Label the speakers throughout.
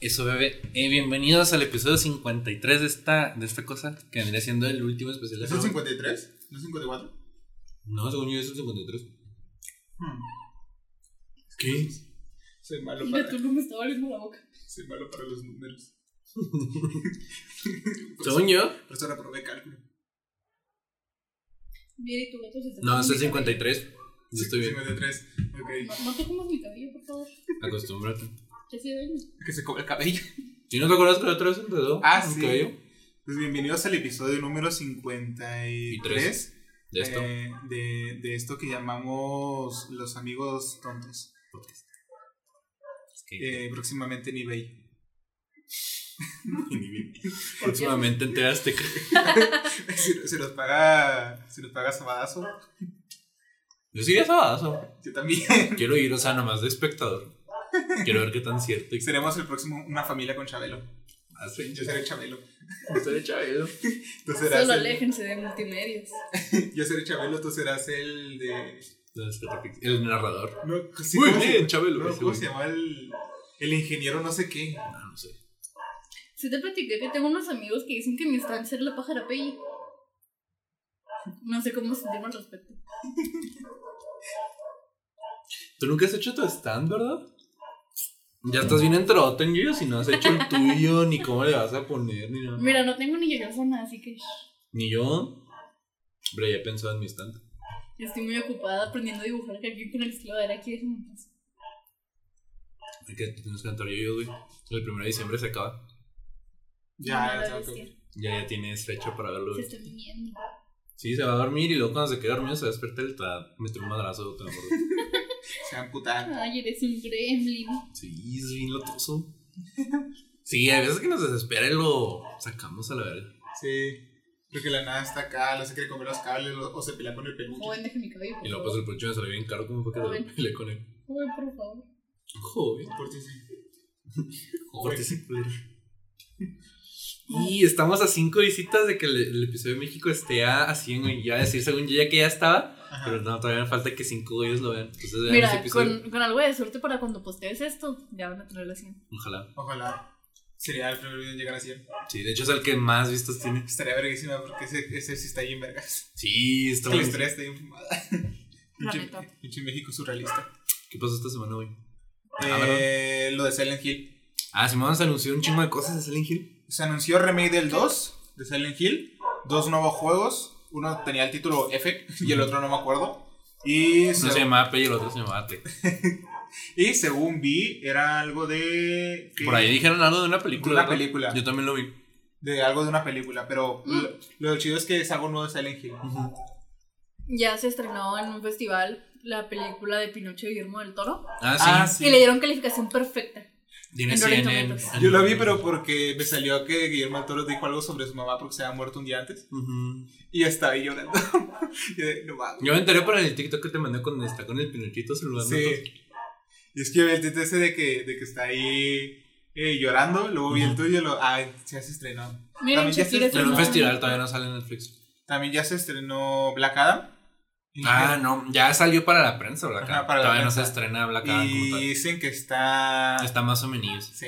Speaker 1: Eso, bebé. Eh, bienvenidos al episodio 53 de esta, de esta cosa que vendría siendo el último especial de
Speaker 2: ¿Es el
Speaker 1: Halloween.
Speaker 2: 53? ¿No es 54?
Speaker 1: No, según yo es el 53.
Speaker 2: Hmm.
Speaker 1: ¿Qué?
Speaker 2: Soy malo,
Speaker 3: Mira,
Speaker 2: para,
Speaker 3: tú no me estaba abriendo la boca.
Speaker 2: soy malo para los números. Por eso-
Speaker 1: ¿Según yo?
Speaker 2: Por eso reprobé cálculo.
Speaker 3: Mira, y tu gato se está
Speaker 1: No,
Speaker 3: comiendo
Speaker 1: es el
Speaker 3: mi cabello.
Speaker 1: 53. Yo estoy bien.
Speaker 2: 53. Ok.
Speaker 3: No, no te comas mi cabello, por favor.
Speaker 1: Acostúmbrate.
Speaker 3: Ya se daño.
Speaker 2: Que se come el cabello.
Speaker 1: Si no te acuerdas que la otra vez enredó.
Speaker 2: Ah,
Speaker 1: un
Speaker 2: sí.
Speaker 1: cabello
Speaker 2: Pues bienvenidos al episodio número 53.
Speaker 1: De esto.
Speaker 2: eh, de, de esto que llamamos los amigos tontos.
Speaker 1: Es que
Speaker 2: Eh, próximamente en eBay.
Speaker 1: próximamente enteraste que.
Speaker 2: si, si los paga. Si los paga Sabadazo,
Speaker 1: Yo sí iría a Sabadazo.
Speaker 2: yo también.
Speaker 1: Quiero ir, o sea, nomás de espectador. Quiero ver qué tan cierto y Ah,
Speaker 2: Seremos el próximo una familia con Chabelo.
Speaker 1: hace.
Speaker 2: Yo seré Chabelo.
Speaker 1: Chabelo.
Speaker 2: Tú serás
Speaker 3: Ah, Solo
Speaker 2: el-
Speaker 3: aléjense de multimedios.
Speaker 2: Yo seré Chabelo, tú serás el de.
Speaker 1: El narrador.
Speaker 2: No, pues sí,
Speaker 1: Muy
Speaker 2: ¿cómo se-
Speaker 1: bien, Chabelo,
Speaker 2: no,
Speaker 1: ese
Speaker 2: ¿Cómo
Speaker 1: güey.
Speaker 2: se llama el, el ingeniero no sé qué?
Speaker 1: Ah, No, no sé.
Speaker 3: Si te platiqué que tengo unos amigos que dicen que mi estancia es la pájara pey. No sé cómo sentirme al respecto.
Speaker 1: Tú nunca has hecho tu stand, ¿verdad? Ya estás bien entrado en yo, si no has hecho el tuyo, ni cómo le vas a poner, ni nada.
Speaker 3: Mira, no tengo ni yo zona, así que shh,
Speaker 1: Ni yo. Hombre, ya he pensado en mi stand.
Speaker 3: estoy muy ocupada aprendiendo a dibujar que aquí con el estilo de ver aquí déjenme en paz.
Speaker 1: Hay que tenemos que cantar yo, yo, güey. El 1 de diciembre se acaba.
Speaker 3: No, no,
Speaker 2: Ya,
Speaker 3: la
Speaker 2: ya, ok.
Speaker 3: bestia.
Speaker 1: Ya, ya tienes fecha para verlo.
Speaker 3: Se
Speaker 1: güey.
Speaker 3: está viniendo.
Speaker 1: Sí, se va a dormir y luego cuando se quede dormido se va a despertar y te va a meter un madrazo. Te va a morder.
Speaker 2: se va a amputar.
Speaker 3: Ay, eres un gremlin.
Speaker 1: sí, es bien lotoso. Sí, hay veces que nos desespera y lo sacamos a la verga.
Speaker 2: Sí. Creo que la nada está acá, la se quiere comer los cables lo- o se pelea con el peluche.
Speaker 3: Joven, deje mi cabello. por
Speaker 1: Y luego pues
Speaker 3: favor.
Speaker 1: el próximo me salió bien caro como fue que
Speaker 3: Joven.
Speaker 1: se peleé con él.
Speaker 3: Joven, por favor.
Speaker 1: Joder.
Speaker 2: Por ti sí.
Speaker 1: Corte ese culero. Y estamos a cinco visitas de que el, el episodio de México esté a, a 100, güey. Ya decir, según yo, ya que ya estaba, pero
Speaker 2: Ajá.
Speaker 1: no, todavía falta que cinco güeyes lo vean. Entonces vean ese
Speaker 3: Mira,
Speaker 1: episodio.
Speaker 3: con, con algo de suerte para cuando postees esto, ya van a tener la 100.
Speaker 1: Ojalá.
Speaker 2: Ojalá. Sería el primer video en llegar a 100.
Speaker 1: Sí, de hecho es el que más vistas tiene.
Speaker 2: Estaría verguísima porque ese, ese sí está bien vergas.
Speaker 1: Sí, está
Speaker 2: Es que la
Speaker 1: muy...
Speaker 2: historia está bien fumada.
Speaker 3: La
Speaker 2: Pinche-
Speaker 3: neta.
Speaker 2: Pinche México surrealista.
Speaker 1: ¿Qué pasó esta semana, güey?
Speaker 2: Eh, lo de Silent Hill.
Speaker 1: Ah, Simón se anunció un chingo de cosas de Silent Hill.
Speaker 2: Se anunció remake del 2 de Silent Hill, dos nuevos juegos, uno tenía el título F y el otro no me acuerdo. Y,
Speaker 1: Uno
Speaker 2: se-
Speaker 1: se llamaba Pei y el otro se llamaba T.
Speaker 2: y según vi, era algo de. que-
Speaker 1: Por ahí dijeron algo de una película.
Speaker 2: De una
Speaker 1: ¿verdad?
Speaker 2: película.
Speaker 1: Yo también lo vi.
Speaker 2: De algo de una película, pero lo, lo chido es que es algo nuevo de Silent Hill.
Speaker 3: Ya se estrenó en un festival la película de Pinocho y Guillermo del Toro.
Speaker 1: Ah, sí.
Speaker 2: Ah, sí.
Speaker 3: Y le dieron calificación perfecta.
Speaker 1: Tiene
Speaker 3: en
Speaker 1: 100
Speaker 3: Rotten
Speaker 1: en-
Speaker 3: Tomatoes.
Speaker 1: en-
Speaker 2: Yo lo vi, pero porque me salió que Guillermo del Toro dijo algo sobre su mamá porque se había muerto un día antes
Speaker 1: Ujú.
Speaker 2: y estaba ahí llorando. Y de, no mames.
Speaker 1: Yo me enteré por el TikTok que te mandé cuando está con el pinochito saludando. a todos.
Speaker 2: Sí. Y es que vi el tuit ese de que, de que está ahí eh, llorando, luego vi el
Speaker 1: Ujú.
Speaker 2: tuyo y lo. Ah, ya se estrenó.
Speaker 3: Miren,
Speaker 2: También ya
Speaker 3: Shakira
Speaker 2: se
Speaker 1: Pero en
Speaker 3: estrenó-
Speaker 1: un festival todavía no sale en Netflix.
Speaker 2: También ya se estrenó Black Adam.
Speaker 1: Ah, no, ya salió para la prensa, Black
Speaker 2: Ajá,
Speaker 1: Adam.
Speaker 2: para la
Speaker 1: Todavía no se
Speaker 2: prensa.
Speaker 1: estrena Black Adam
Speaker 2: Y
Speaker 1: como tal.
Speaker 2: dicen que está.
Speaker 1: Está más o menos.
Speaker 2: Sí.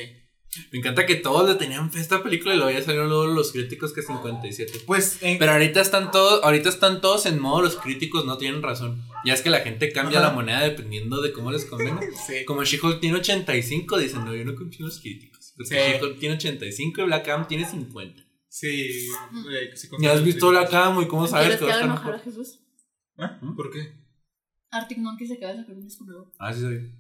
Speaker 1: Me encanta que todos le tenían fe a esta película y luego ya salieron luego los críticos que 57.
Speaker 2: Pues en-
Speaker 1: Pero ahorita están todos, ahorita están todos en modo los críticos no tienen razón. Ya es que la gente cambia
Speaker 2: Ajá.
Speaker 1: la moneda dependiendo de cómo les convenga.
Speaker 2: sí.
Speaker 1: Como She-Hulk tiene 85, dicen, no, yo no confío en los críticos. Porque
Speaker 2: Sí.
Speaker 1: She-Hulk tiene 85 y Black Adam tiene 50.
Speaker 2: Sí. eh, que se
Speaker 1: ¿Ya has visto
Speaker 2: confirma.
Speaker 1: Black Adam ¿Mm? y cómo sabes
Speaker 3: ¿Quieres
Speaker 1: que
Speaker 3: que
Speaker 1: va a
Speaker 3: haga
Speaker 1: estar
Speaker 3: enojar a
Speaker 1: mejor?
Speaker 3: Jesús?
Speaker 2: ¿Ah? ¿Por qué?
Speaker 3: Arctic Monkey se acaba de sacar un disco nuevo.
Speaker 1: Ah, sí, sí.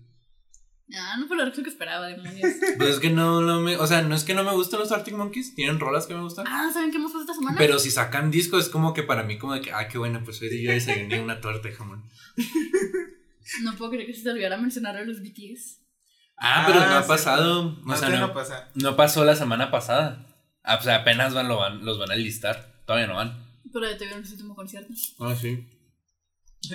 Speaker 3: Ah, no fue lo que esperaba, demonios.
Speaker 1: Pero es que no, no me. O sea, no es que no me gusten los Arctic Monkeys. Tienen rolas que me gustan.
Speaker 3: ah, ¿saben qué hemos puesto esta semana?
Speaker 1: Pero si sacan discos, es como que para mí, como de que, ah, qué bueno, pues hoy día yo desayuné una torta de jamón.
Speaker 3: No puedo creer que se te olvidara mencionar a los BTS.
Speaker 1: Ah, pero no
Speaker 2: Ah,
Speaker 1: ha
Speaker 2: sí.
Speaker 1: pasado. O
Speaker 2: No,
Speaker 1: sea,
Speaker 2: todavía no
Speaker 1: no,
Speaker 2: pasa.
Speaker 1: no pasó la semana pasada. Ah, o sea, apenas van, lo van, los van a listar. Todavía no van.
Speaker 3: Pero ya te vieron en su último concierto.
Speaker 1: Ah, sí.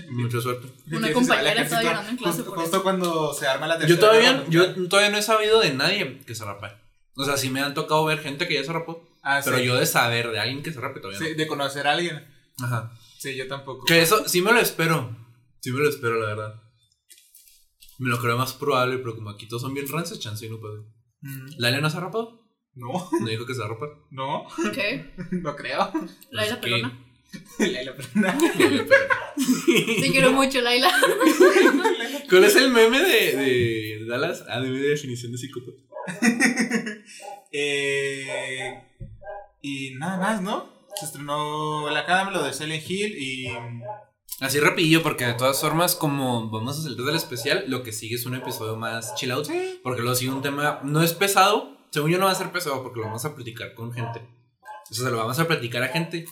Speaker 1: Mucha suerte.
Speaker 3: Una
Speaker 2: Sí,
Speaker 3: compañera
Speaker 2: sí, sí,
Speaker 3: estaba
Speaker 2: justo-
Speaker 3: llorando en clase
Speaker 2: Justo,
Speaker 3: por
Speaker 2: justo
Speaker 3: eso.
Speaker 2: cuando se arma la
Speaker 1: Yo
Speaker 2: tercera.
Speaker 1: todavía,
Speaker 2: guerra
Speaker 1: yo
Speaker 2: mundial.
Speaker 1: todavía no he sabido de nadie que se rape. O sea, sí me han tocado ver gente que ya se rapó.
Speaker 2: Ah,
Speaker 1: Pero
Speaker 2: sí.
Speaker 1: yo de saber de alguien que se rape todavía
Speaker 2: Sí, de conocer a alguien.
Speaker 1: no. Ajá.
Speaker 2: Sí, yo tampoco.
Speaker 1: Que eso sí me lo espero. Sí me lo espero, la verdad. Me lo creo más probable, pero como aquí todos son bien rancios, chance y no puedo.
Speaker 2: Mm,
Speaker 1: ¿Laila no se ha rapado?
Speaker 2: No,
Speaker 1: No dijo que se va a rapar.
Speaker 2: no,
Speaker 3: ¿Qué?
Speaker 2: no creo.
Speaker 3: Laila
Speaker 1: Pues, ¿qué?
Speaker 3: Pelona.
Speaker 2: Laila Perona.
Speaker 1: Laila Perona.
Speaker 3: Te quiero mucho, Laila.
Speaker 1: ¿Cuál es el meme de, de Dallas? Ah, de de definición de psicópata.
Speaker 2: Eh, y nada más, ¿no? Se estrenó la cámara, lo de Silent Hill y.
Speaker 1: Así rapidillo, porque de todas formas, como vamos a salir del especial, lo que sigue es un episodio más chill out. Porque luego sigue un tema, no es pesado, según yo no va a ser pesado porque lo vamos a platicar con gente. O sea, se lo vamos a platicar a gente.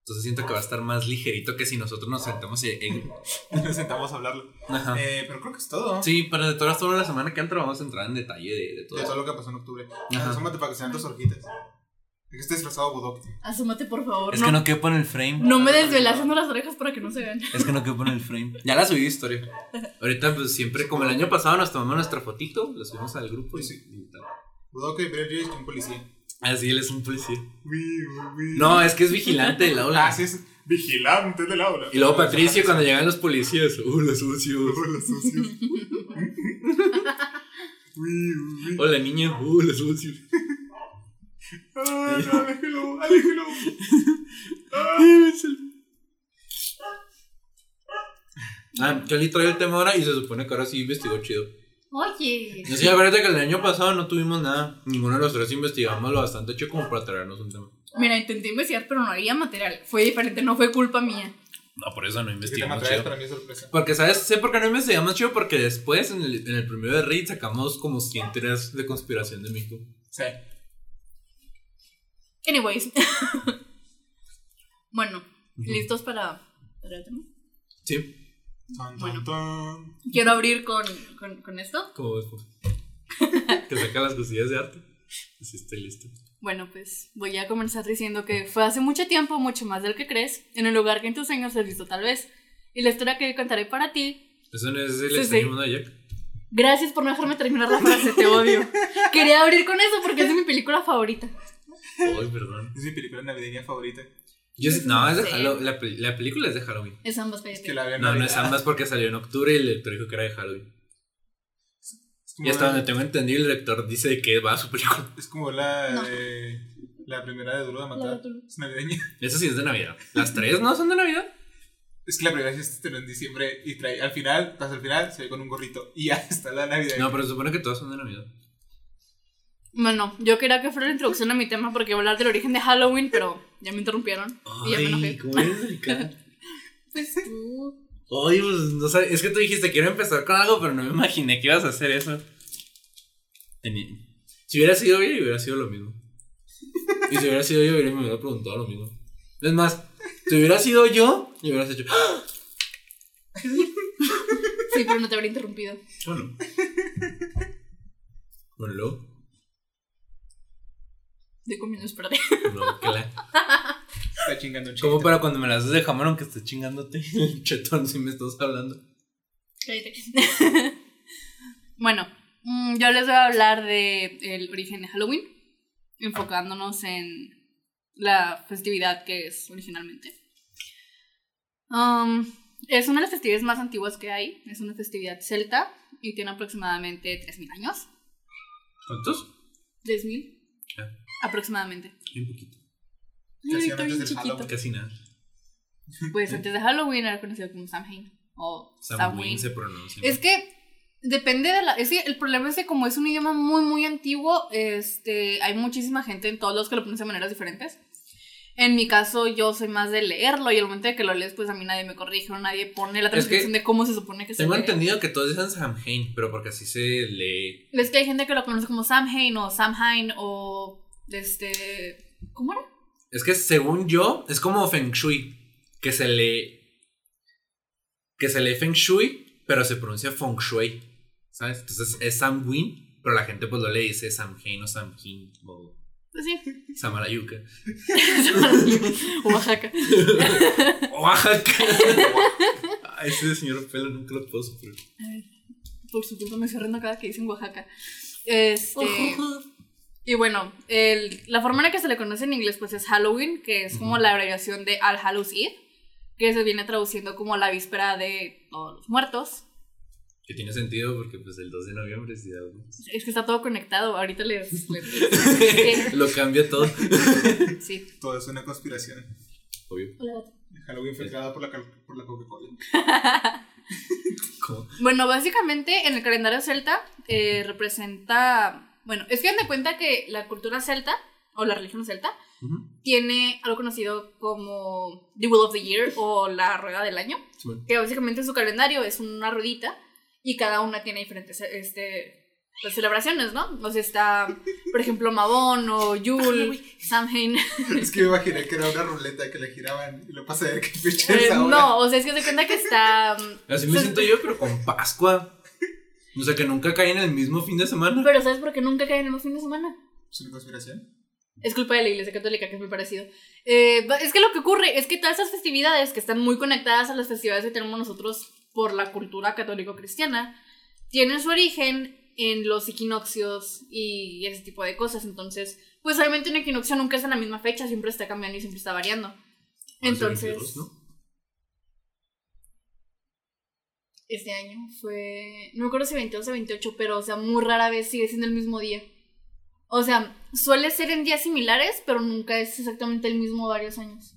Speaker 1: Entonces siento que va a estar más ligerito que si nosotros nos sentamos y... en-
Speaker 2: Nos sentamos a hablarlo.
Speaker 1: Ajá.
Speaker 2: Eh, pero creo que es todo.
Speaker 1: Ah. Sí, pero de todas formas la semana que entra vamos a entrar en detalle de, de todo.
Speaker 2: De todo
Speaker 1: eso.
Speaker 2: lo que pasó en octubre.
Speaker 1: Ajá.
Speaker 2: Asómate para que sean tus orquitas. Es que estoy disfrazado de Budok.
Speaker 3: Asómate, por favor.
Speaker 1: Es
Speaker 3: no,
Speaker 1: que
Speaker 3: no,
Speaker 1: no quepo en el frame.
Speaker 3: me desvelas haciendo las orejas para que no se vean.
Speaker 1: Es que no quepo en el frame. Ya la subí de historia. Ahorita pues siempre, como el año pasado nos tomamos nuestra fotito, la subimos al grupo y
Speaker 2: Sí.
Speaker 1: y tal.
Speaker 2: Budok y Brad Reyes, que un policía.
Speaker 1: Así él es un policía.
Speaker 2: Uy, uy, uy.
Speaker 1: No, es que es vigilante el aula.
Speaker 2: Ah, sí, es vigilante del aula.
Speaker 1: Y luego Patricio cuando llegan los policías. Uh, los sucios.
Speaker 2: Hola, sucios. Uy, uy, uy.
Speaker 1: Hola niña, uh, los sucios.
Speaker 2: Ay, Ah, no, aléjelo, aléjelo. Ah.
Speaker 1: Ah, Charlie trae el tema ahora y se supone que ahora sí investigó chido.
Speaker 3: Oye.
Speaker 1: Sí, la verdad es que el año pasado no tuvimos nada. Ninguno de los tres investigamos lo bastante hecho como para traernos un tema.
Speaker 3: Mira, intenté investigar, pero no había material. Fue diferente, no fue culpa mía.
Speaker 1: No, por eso no
Speaker 2: Es que te
Speaker 1: investigamos
Speaker 2: matarás
Speaker 1: chido.
Speaker 2: para mí es sorpresa.
Speaker 1: Porque, ¿sabes? Sé por qué no investigamos chido porque después en el, en el primero de Reddit sacamos como 100 teorías de conspiración de México.
Speaker 2: Sí.
Speaker 3: Anyways. bueno, ¿listos para, para el tema?
Speaker 1: Sí,
Speaker 2: Tan,
Speaker 3: Bueno.
Speaker 2: tan, tan.
Speaker 3: Quiero abrir con, con, con esto.
Speaker 1: como ves, pues. Que saca las cosillas de arte. Así estoy listo.
Speaker 3: Bueno, pues voy a comenzar diciendo que fue hace mucho tiempo, mucho más del que crees, en el lugar que en tus sueños has visto tal vez. Y la historia que cantaré para ti.
Speaker 1: Eso no es el
Speaker 3: Sí,
Speaker 1: extraño
Speaker 3: sí.
Speaker 1: mundo de Jack.
Speaker 3: Gracias por no dejarme terminar la frase, te odio. Quería abrir con eso porque es de mi película favorita.
Speaker 1: Ay, perdón.
Speaker 2: Es mi película navideña favorita.
Speaker 1: Yo sí- no, es de
Speaker 3: Sí.
Speaker 1: Halloween. La, peli- la película es de Halloween.
Speaker 3: Es ambas
Speaker 2: Es que
Speaker 3: películas.
Speaker 2: la veo en
Speaker 1: No, no
Speaker 2: Navidad.
Speaker 1: es ambas porque salió en octubre y el director dijo que era de Halloween.
Speaker 2: Es como
Speaker 1: Y hasta
Speaker 2: la-
Speaker 1: donde tengo entendido, el director dice de qué va su película.
Speaker 2: Es como la
Speaker 3: No.
Speaker 2: de- la primera de Duro de
Speaker 3: La
Speaker 2: Matar.
Speaker 3: de Duro.
Speaker 2: Es navideña.
Speaker 1: Eso sí es de Navidad. Las tres no son de Navidad.
Speaker 2: Es que la primera se estrenó en diciembre y trae al final, hasta el final, se ve con un gorrito. Y ya está la Navidad.
Speaker 1: No, pero se supone que todas son de Navidad.
Speaker 3: Bueno, yo quería que fuera la introducción a mi tema porque iba a hablar del origen de Halloween, pero ya me interrumpieron. Y ya me enojé.
Speaker 1: ¿cómo eres delicada?
Speaker 3: Pues tú.
Speaker 1: Oye, pues no sé, es que tú dijiste quiero empezar con algo, pero no me imaginé que ibas a hacer eso. Tenía- Si hubiera sido yo, hubiera sido lo mismo. Y si hubiera sido yo, hubiera- me hubiera preguntado lo mismo. Es más, si hubiera sido yo, me hubieras hecho. ¡Ah!
Speaker 3: Sí, pero no te habría interrumpido.
Speaker 1: Yo no. Bueno, luego,
Speaker 3: Estoy comiendo, espérate.
Speaker 1: no, que la-
Speaker 2: Está chingando un
Speaker 1: Como
Speaker 2: chico.
Speaker 1: para cuando me las haces de jamón, aunque estés chingándote el chetón si me estás hablando.
Speaker 3: Cállate. bueno, mm, yo les voy a hablar de el origen de Halloween, enfocándonos en la festividad que es originalmente. Um, es una de las festividades más antiguas que hay, es una festividad celta y tiene aproximadamente 3.000 años,
Speaker 1: ¿Cuántos?
Speaker 3: 3.000
Speaker 1: Ah.
Speaker 3: aproximadamente.
Speaker 1: Un poquito.
Speaker 2: ¿Qué
Speaker 3: Ay,
Speaker 2: hacían
Speaker 3: está
Speaker 2: antes
Speaker 3: bien
Speaker 2: del
Speaker 3: chiquito.
Speaker 1: Casi nada.
Speaker 3: Pues antes de Halloween era conocido como Samhain o
Speaker 1: Samhain
Speaker 3: Samhain.
Speaker 1: se pronuncia.
Speaker 3: Es que depende de la. Es que el problema es que, como es un idioma muy, muy antiguo, este, hay muchísima gente en todos los que lo pronuncia de maneras diferentes. En mi caso, yo soy más de leerlo y el momento de que lo lees, pues a mí nadie me corrige o nadie pone la
Speaker 1: que
Speaker 3: transcripción de cómo se supone que se
Speaker 1: Tengo
Speaker 3: lee.
Speaker 1: entendido que todos dicen Samhain, pero porque así se lee.
Speaker 3: Es que hay gente que lo conoce como Samhain o Samhain o. Este. ¿Cómo era?
Speaker 1: Es que según yo, es como Feng Shui, que se lee. Que se lee Feng Shui, pero se pronuncia Feng Shui. ¿Sabes? Entonces es Samhain, pero la gente pues lo lee y dice Samhain o Samhain o
Speaker 3: Pues sí.
Speaker 1: Samarayuca.
Speaker 3: Oaxaca.
Speaker 1: ¡Oaxaca! Ay, ese señor pelo nunca lo puedo superar.
Speaker 3: Por supuesto, me estoy riendo cada que dicen Oaxaca. Este. Y bueno, el- la forma en la que se le conoce en inglés pues es Halloween, que es como
Speaker 1: Ujú.
Speaker 3: la abreviación de All Hallows Eve, que se viene traduciendo como la víspera de todos los muertos.
Speaker 1: Que tiene sentido porque pues el 2 de noviembre es día de Adultos.
Speaker 3: Es que está todo conectado. Ahorita les. les-
Speaker 1: Lo cambia todo.
Speaker 3: sí.
Speaker 2: Todo es una conspiración.
Speaker 1: Obvio.
Speaker 2: Halloween fue creada por la, cal- por la Coca-Cola.
Speaker 1: Como-
Speaker 3: Bueno, básicamente en el calendario celta eh, representa. Bueno, es que dan de cuenta que la cultura celta o la religión celta
Speaker 1: Ujú.
Speaker 3: tiene algo conocido como The Wheel of the Year o la rueda del año,
Speaker 1: Sí, bueno.
Speaker 3: que básicamente su calendario es una ruedita y cada una tiene diferentes este, pues, celebraciones, ¿no? O sea, está, por ejemplo, Mabón o Yule, Samhain.
Speaker 2: Es que me imaginé que era una ruleta que le giraban y lo pasé a ver qué fecha
Speaker 3: Eh,
Speaker 2: es ahora.
Speaker 3: no, o sea, es que se cuenta que está... mm,
Speaker 1: Así me
Speaker 3: se-
Speaker 1: siento yo, pero con Pascua. O sea, que nunca cae en el mismo fin de semana.
Speaker 3: Pero ¿sabes por qué nunca caen en los fines de semana?
Speaker 2: ¿Es una conspiración?
Speaker 3: Es culpa de la iglesia católica, que es muy parecido. Eh, ba- es que lo que ocurre es que todas esas festividades que están muy conectadas a las festividades que tenemos nosotros por la cultura católico-cristiana, tienen su origen en los equinoccios y ese tipo de cosas. Entonces, pues obviamente un equinoccio nunca es en la misma fecha, siempre está cambiando y siempre está variando. Entonces,
Speaker 1: 22, ¿no?
Speaker 3: este año fue, no me acuerdo si 22 o 28, pero o sea, muy rara vez sigue siendo el mismo día. O sea, suele ser en días similares, pero nunca es exactamente el mismo varios años.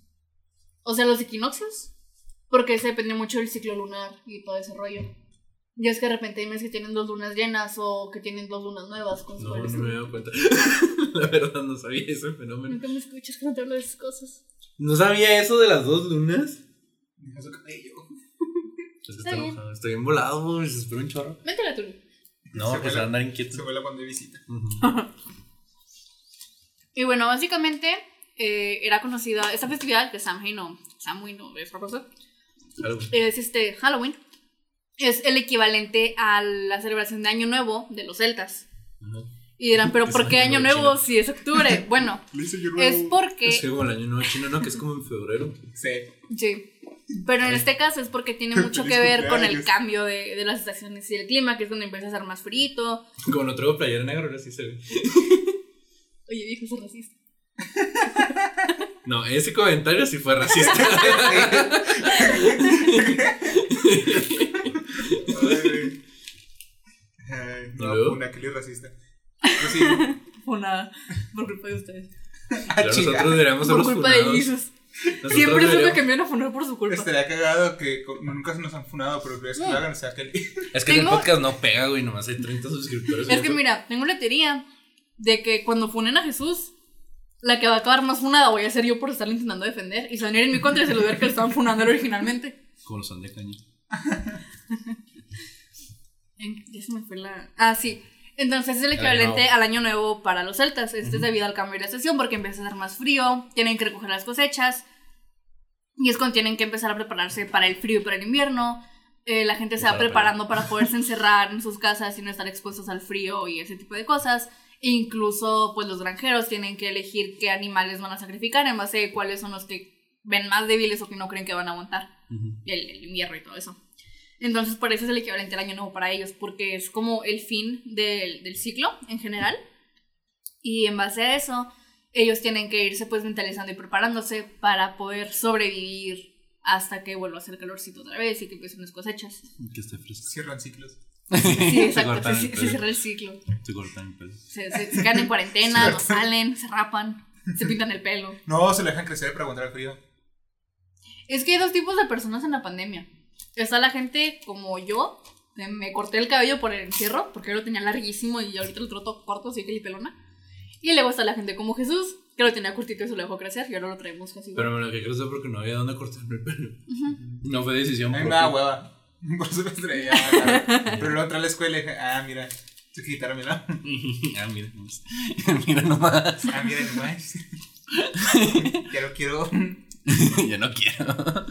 Speaker 3: O sea, los equinoccios, porque eso depende mucho del ciclo lunar y todo ese rollo. Y es que de repente hay meses que tienen dos lunas llenas o que tienen dos lunas nuevas. Con
Speaker 1: No,
Speaker 3: cuales-
Speaker 1: no me he dado cuenta. la verdad, no sabía ese fenómeno.
Speaker 3: Nunca me escuchas cuando te hablo de esas cosas.
Speaker 1: ¿No sabía eso de las dos lunas?
Speaker 2: Mira su cabello.
Speaker 1: Es que
Speaker 3: Está
Speaker 1: estoy
Speaker 3: bien.
Speaker 1: enojado, Estoy bien volado, güey, se espera un chorro.
Speaker 3: Métela tú.
Speaker 1: No,
Speaker 2: Se
Speaker 1: pues
Speaker 2: vuela.
Speaker 1: a andar
Speaker 2: Se
Speaker 1: inquieto.
Speaker 2: vuela cuando hay visita.
Speaker 1: Ujú.
Speaker 3: Y bueno, básicamente eh, era conocida esta festividad que Samhain o Samhain o otra cosa.
Speaker 1: Algo.
Speaker 3: es este Halloween. Es el equivalente a la celebración de Año Nuevo de los celtas.
Speaker 1: Ujú.
Speaker 3: Y dirán, ¿pero
Speaker 1: Es
Speaker 3: por qué
Speaker 1: Año
Speaker 3: Año
Speaker 1: Nuevo
Speaker 3: Nuevo si es octubre? Bueno,
Speaker 2: Le hice yo
Speaker 3: es porque.
Speaker 1: Es que como el año nuevo chino, ¿no? Que es como en febrero.
Speaker 2: Sí.
Speaker 3: Sí. Pero en este caso es porque tiene mucho que ver con el
Speaker 2: Cumpleaños.
Speaker 3: cambio de, de las estaciones y el clima, que es donde empieza a ser más frito.
Speaker 1: Como no traigo playera negra, ahora sí se ve.
Speaker 3: Oye, dijo eso es racista.
Speaker 1: No, ese comentario sí fue racista.
Speaker 2: Ay. Ay,
Speaker 1: ¿Y
Speaker 2: no,
Speaker 1: luego?
Speaker 2: una que le racista. Pero sí.
Speaker 3: Fue nada. Por culpa de ustedes.
Speaker 2: Ah,
Speaker 1: Pero
Speaker 2: chinga.
Speaker 1: nosotros deberíamos ser
Speaker 3: Por
Speaker 1: los
Speaker 3: culpa de
Speaker 1: funados.
Speaker 3: Lisos.
Speaker 1: Nosotros
Speaker 3: Siempre supe
Speaker 1: deberíamos- Este,
Speaker 3: que me iban a funar por su culpa.
Speaker 2: Estaría cagado que co- nunca se nos han funado, pero crees que lo hagan, o sea, que
Speaker 1: Es que en el
Speaker 3: Tengo-
Speaker 1: podcast no pega, güey, nomás hay 30 suscriptores.
Speaker 3: Es que mira, tengo la teoría de que cuando funen a Jesús, la que va a acabar más funada voy a ser yo por estarlo intentando defender y se van a ir en mi contra y se lo ver que lo estaban funando originalmente.
Speaker 1: Como los son de caña.
Speaker 3: En- Ya se me fue la. Ah, sí. Entonces es el
Speaker 1: Año
Speaker 3: equivalente
Speaker 1: nuevo.
Speaker 3: al año nuevo para los celtas. Este es debido al cambio de la estación porque empieza a hacer más frío, tienen que recoger las cosechas y es cuando tienen que empezar a prepararse para el frío y para el invierno. Eh, la gente
Speaker 1: Y
Speaker 3: se va
Speaker 1: para la
Speaker 3: preparando para poderse encerrar en sus casas y no estar expuestos al frío y ese tipo de cosas. E incluso, pues los granjeros tienen que elegir qué animales van a sacrificar en base a cuáles son los que ven más débiles o que no creen que van a aguantar
Speaker 1: Ujú.
Speaker 3: el, el invierno y todo eso. Entonces, por eso es el equivalente al año nuevo para ellos, porque es como el fin del, del ciclo en general. Y en base a eso, ellos tienen que irse pues mentalizando y preparándose para poder sobrevivir hasta que vuelva a hacer calorcito otra vez y que empiecen las cosechas.
Speaker 1: Que esté fresco.
Speaker 2: cierran ciclos.
Speaker 3: Sí, exacto,
Speaker 1: cortan
Speaker 3: se,
Speaker 1: el
Speaker 3: se- se
Speaker 1: pelo.
Speaker 3: cierra el ciclo.
Speaker 1: Te cortan el pelo.
Speaker 3: Se, se- se quedan en cuarentena,
Speaker 2: Se
Speaker 3: no salen, se rapan, se pintan el pelo.
Speaker 2: No, se lo dejan crecer para aguantar el frío.
Speaker 3: Es que hay dos tipos de personas en la pandemia. Está la gente como yo, que me corté el cabello por el encierro, porque yo lo tenía larguísimo y ahorita lo troto corto, así que li pelona. Y luego está la gente como Jesús, que lo tenía cortito y se lo dejó crecer, y ahora lo traemos casi. igual.
Speaker 1: Pero me lo que crecer porque no había dónde cortarme el pelo.
Speaker 3: Ujú.
Speaker 1: No fue decisión
Speaker 2: A mí me
Speaker 1: propia.
Speaker 2: da hueva. Por eso me traía. la cara. Pero luego entré a la escuela y dije, ah, mira, se quitármela.
Speaker 1: ah, mira nomás. mira nomás.
Speaker 2: Ah, mira, no manches. Quiero, quiero.
Speaker 1: Yo no quiero.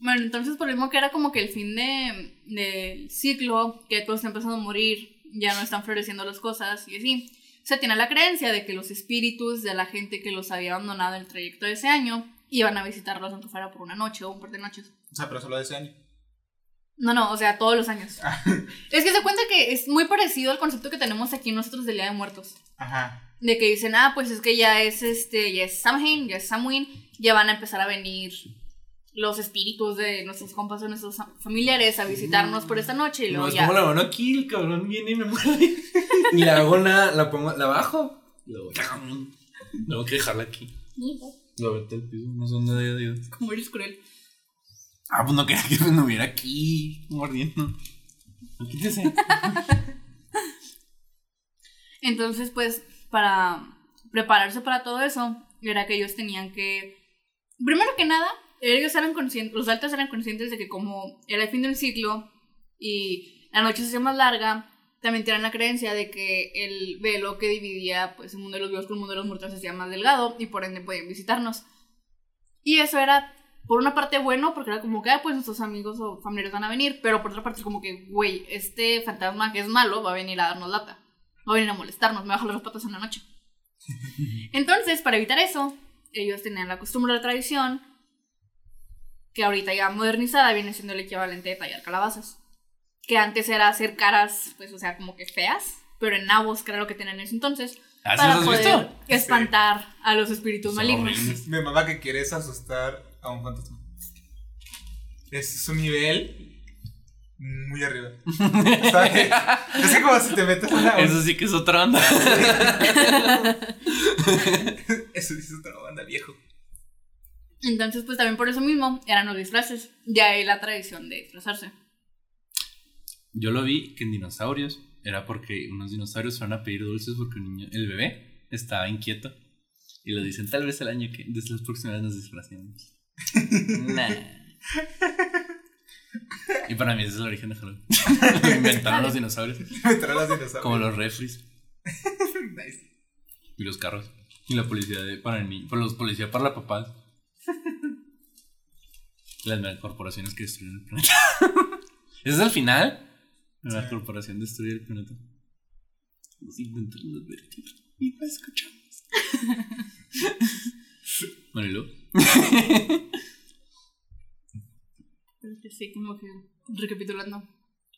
Speaker 3: Bueno, entonces por lo mismo que era como que el fin de, del ciclo, que todo está empezando a morir, ya no están floreciendo las cosas y así. Se tiene la creencia de que los espíritus de la gente que los había abandonado en el trayecto de ese año iban a visitarlos aunque fuera por una noche o un par de noches.
Speaker 2: O sea, pero solo de ese año.
Speaker 3: No, no, o sea, todos los años. es que se cuenta que es muy parecido al concepto que tenemos aquí nosotros del Día de Muertos.
Speaker 2: Ajá.
Speaker 3: De que dicen, ah, pues es que ya es este, ya es Samhain, ya es Samhain, ya van a empezar a venir los espíritus de nuestros compas o nuestros familiares a visitarnos por esta noche y luego
Speaker 1: Nos
Speaker 3: ya.
Speaker 1: pongo la mano aquí, el cabrón viene y me muerde. Y la hago una, la pongo, la bajo. Y luego, ¡tam! Tengo que dejarla aquí. La vete al piso, no son nadie de Dios.
Speaker 3: Como eres cruel.
Speaker 1: Ah, pues no quería que me anduviera aquí mordiendo. Quítese.
Speaker 3: Entonces, pues, para prepararse para todo eso, era que ellos tenían que. Primero que nada, ellos eran conscientes, los altas eran conscientes de que, como era el fin del ciclo y la noche se hacía más larga, también tenían la creencia de que el velo que dividía pues, el mundo de los vivos con el mundo de los muertos se hacía más delgado y por ende podían visitarnos. Y eso era. Por una parte bueno, porque era como que, ah, pues nuestros amigos o familiares van a venir, pero por otra parte es como que, güey, este fantasma que es malo va a venir a darnos lata va a venir a molestarnos, me va a jalar los patas en la noche. Entonces, para evitar eso, ellos tenían la costumbre, la tradición, que ahorita ya modernizada viene siendo el equivalente de tallar calabazas. Que antes era hacer caras, pues, o sea, como que feas, pero en nabos, que era lo que tenían en ese entonces,
Speaker 1: ¿Ah, sí
Speaker 3: para
Speaker 1: los has
Speaker 3: poder
Speaker 1: visto?
Speaker 3: espantar a los espíritus
Speaker 1: Son
Speaker 3: malignos.
Speaker 1: horribles.
Speaker 2: Me manda que quieres asustar a un fantasma. Ese es un nivel muy arriba. ¿Sabes? Es que como si te metes en la
Speaker 1: Eso sí que es otra onda.
Speaker 2: Eso dice otra banda, viejo.
Speaker 3: Entonces, pues también por eso mismo eran los disfraces. Ya ahí la tradición de disfrazarse.
Speaker 1: Yo lo vi que en dinosaurios era porque unos dinosaurios fueron a pedir dulces porque un niño, el bebé estaba inquieto. Y lo dicen, tal vez el año que, desde las próximas nos disfracemos. nah. Y para mí ese es el origen de Halloween. lo inventaron los dinosaurios,
Speaker 2: Me trae las dinosaurios.
Speaker 1: como los refries
Speaker 2: Nice.
Speaker 1: y los carros. Y la policía de, para el niño, para los policía para la papá. Las mega corporaciones que destruyen el planeta. ¿Ese es el final? La mega corporación destruye el planeta. Nos intentaron advertir y no escuchamos. bueno, ¿y luego?
Speaker 3: Este, Sí, como que recapitulando.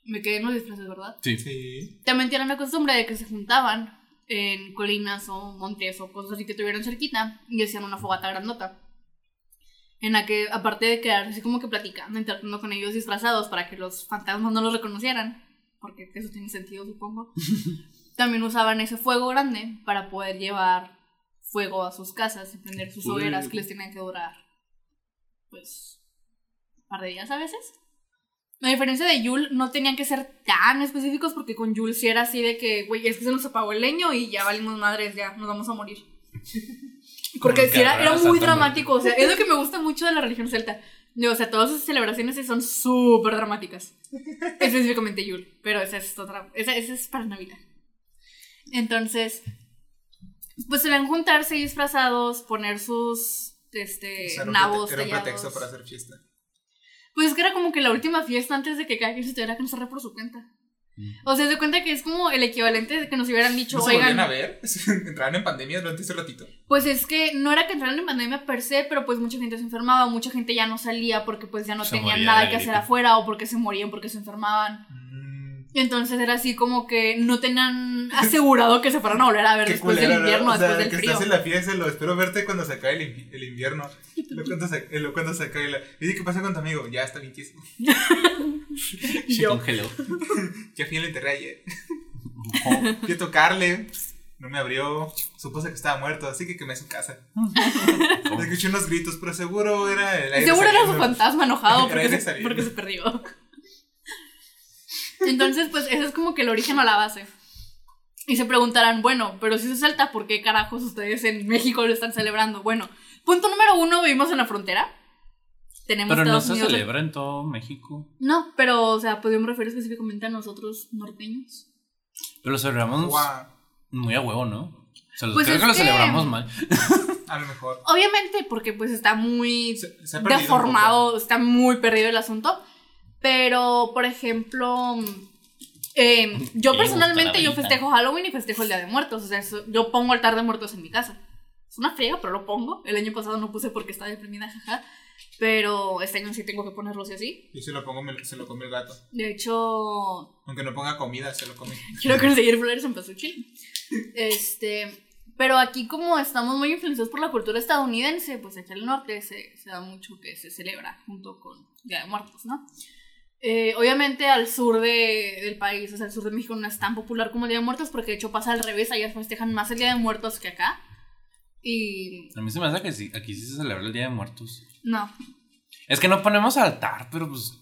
Speaker 3: Me quedé en los disfraces, ¿verdad?
Speaker 1: Sí.
Speaker 2: Sí.
Speaker 3: También tienen la costumbre de que se juntaban en colinas o montes o cosas así que tuvieron cerquita y hacían una fogata grandota. En la que, aparte de quedarse así como que platicando, interactuando con ellos disfrazados para que los fantasmas no los reconocieran, porque eso tiene sentido, supongo, también usaban ese fuego grande para poder llevar fuego a sus casas y prender sus
Speaker 1: Uy.
Speaker 3: hogueras que les tenían que durar, pues, un par de días a veces. A diferencia de Yule, no tenían que ser tan específicos porque con Yule sí era así de que, güey, es que se nos apagó el leño y ya valimos madres, ya nos vamos a morir. Porque
Speaker 1: Como
Speaker 3: sí era,
Speaker 1: que
Speaker 3: era
Speaker 1: arrasan
Speaker 3: muy
Speaker 1: también.
Speaker 3: dramático, o sea, es lo que me gusta mucho de la religión celta. No, O sea, todas sus celebraciones sí son súper dramáticas. Específicamente Yule, pero esa es otra, esa, esa es para Navidad. Entonces, pues se ven juntarse disfrazados, poner sus este,
Speaker 2: O sea, era un
Speaker 3: nabos
Speaker 2: prete- era un pretexto
Speaker 3: tallados.
Speaker 2: para hacer fiesta.
Speaker 3: Pues es que era como que la última fiesta antes de que cada quien se tuviera que encerrar por su cuenta.
Speaker 1: Mm.
Speaker 3: O sea, se cuenta que es como el equivalente de que nos hubieran dicho,
Speaker 2: ¿No se volvían a
Speaker 3: oigan,
Speaker 2: ver? Entraban en pandemia durante ese ratito.
Speaker 3: pues es que no era que entraran en pandemia per se, pero pues mucha gente se enfermaba, mucha gente ya no salía porque pues ya no
Speaker 1: Se
Speaker 3: tenían
Speaker 1: moría de
Speaker 3: nada
Speaker 1: la
Speaker 3: que hacer
Speaker 1: gripe.
Speaker 3: afuera o porque se morían, porque se enfermaban.
Speaker 2: Mm,
Speaker 3: Entonces era así como que no tenían asegurado que se fueran a volver a ver
Speaker 2: Qué
Speaker 3: después
Speaker 2: culero,
Speaker 3: del
Speaker 2: ¿no?
Speaker 3: invierno,
Speaker 2: O sea,
Speaker 3: después
Speaker 2: que
Speaker 3: del frío.
Speaker 2: estás en la fiesta, lo espero verte cuando se acabe el, invi- el invierno. Lo cuando se, eh, lo cuando se acabe la. Oye, ¿qué pasa con tu amigo? Ya está mintiendo.
Speaker 3: Y
Speaker 1: Se
Speaker 3: yo,
Speaker 1: congeló.
Speaker 2: Ya fui al enterré ayer. Fui a tocarle. No me abrió. Supuse que estaba muerto, así que quemé su casa.
Speaker 1: ¿Cómo?
Speaker 2: Escuché unos gritos, pero seguro era el aire.
Speaker 3: Seguro era su
Speaker 2: saliendo.
Speaker 3: fantasma enojado
Speaker 2: Era
Speaker 3: porque
Speaker 2: aire
Speaker 3: se,
Speaker 2: saliendo.
Speaker 3: porque se perdió. Entonces, pues ese es como que el origen o la base. Y se preguntarán, bueno, pero si se salta, ¿por qué carajos ustedes en México lo están celebrando? Bueno, punto número uno, vivimos en la frontera. Tenemos
Speaker 1: Pero no
Speaker 3: Estados
Speaker 1: se
Speaker 3: Unidos-
Speaker 1: celebra en todo México.
Speaker 3: No, pero, o sea, pues, podemos referir específicamente a nosotros norteños.
Speaker 1: Pero lo celebramos
Speaker 2: Guau,
Speaker 1: muy a huevo, ¿no? O sea,
Speaker 3: Pues
Speaker 1: creo
Speaker 3: es
Speaker 1: que lo
Speaker 3: que-
Speaker 1: celebramos mal.
Speaker 2: A lo mejor.
Speaker 3: Obviamente, porque pues está muy
Speaker 2: Se, se ha perdido un poco.
Speaker 3: deformado, está muy perdido el asunto. Pero, por ejemplo, eh, yo
Speaker 1: Le gusta
Speaker 3: personalmente
Speaker 1: la
Speaker 3: yo
Speaker 1: velita.
Speaker 3: festejo Halloween y festejo el Día de Muertos. O sea, eso- yo pongo altar de muertos en mi casa. Es una friega, pero lo pongo. El año pasado no puse porque estaba deprimida, jaja. Pero este año sí tengo que ponerlo sí o sí.
Speaker 2: Yo se lo pongo, me- se lo come el gato.
Speaker 3: De hecho,
Speaker 2: Aunque no ponga comida, se lo come.
Speaker 3: quiero conseguir flores en Pazuchil. Este, Pero aquí como estamos muy influenciados por la cultura estadounidense, pues aquí al norte se, se da mucho que se celebra junto con Día de Muertos, ¿no? Eh, obviamente al sur de- del país, o sea, al sur de México no es tan popular como el Día de Muertos, porque de hecho pasa al revés, allá festejan más el Día de Muertos que acá. Y
Speaker 1: A mí se me hace que sí, aquí sí se celebra el Día de Muertos.
Speaker 3: no,
Speaker 1: Es que no ponemos altar, pero pues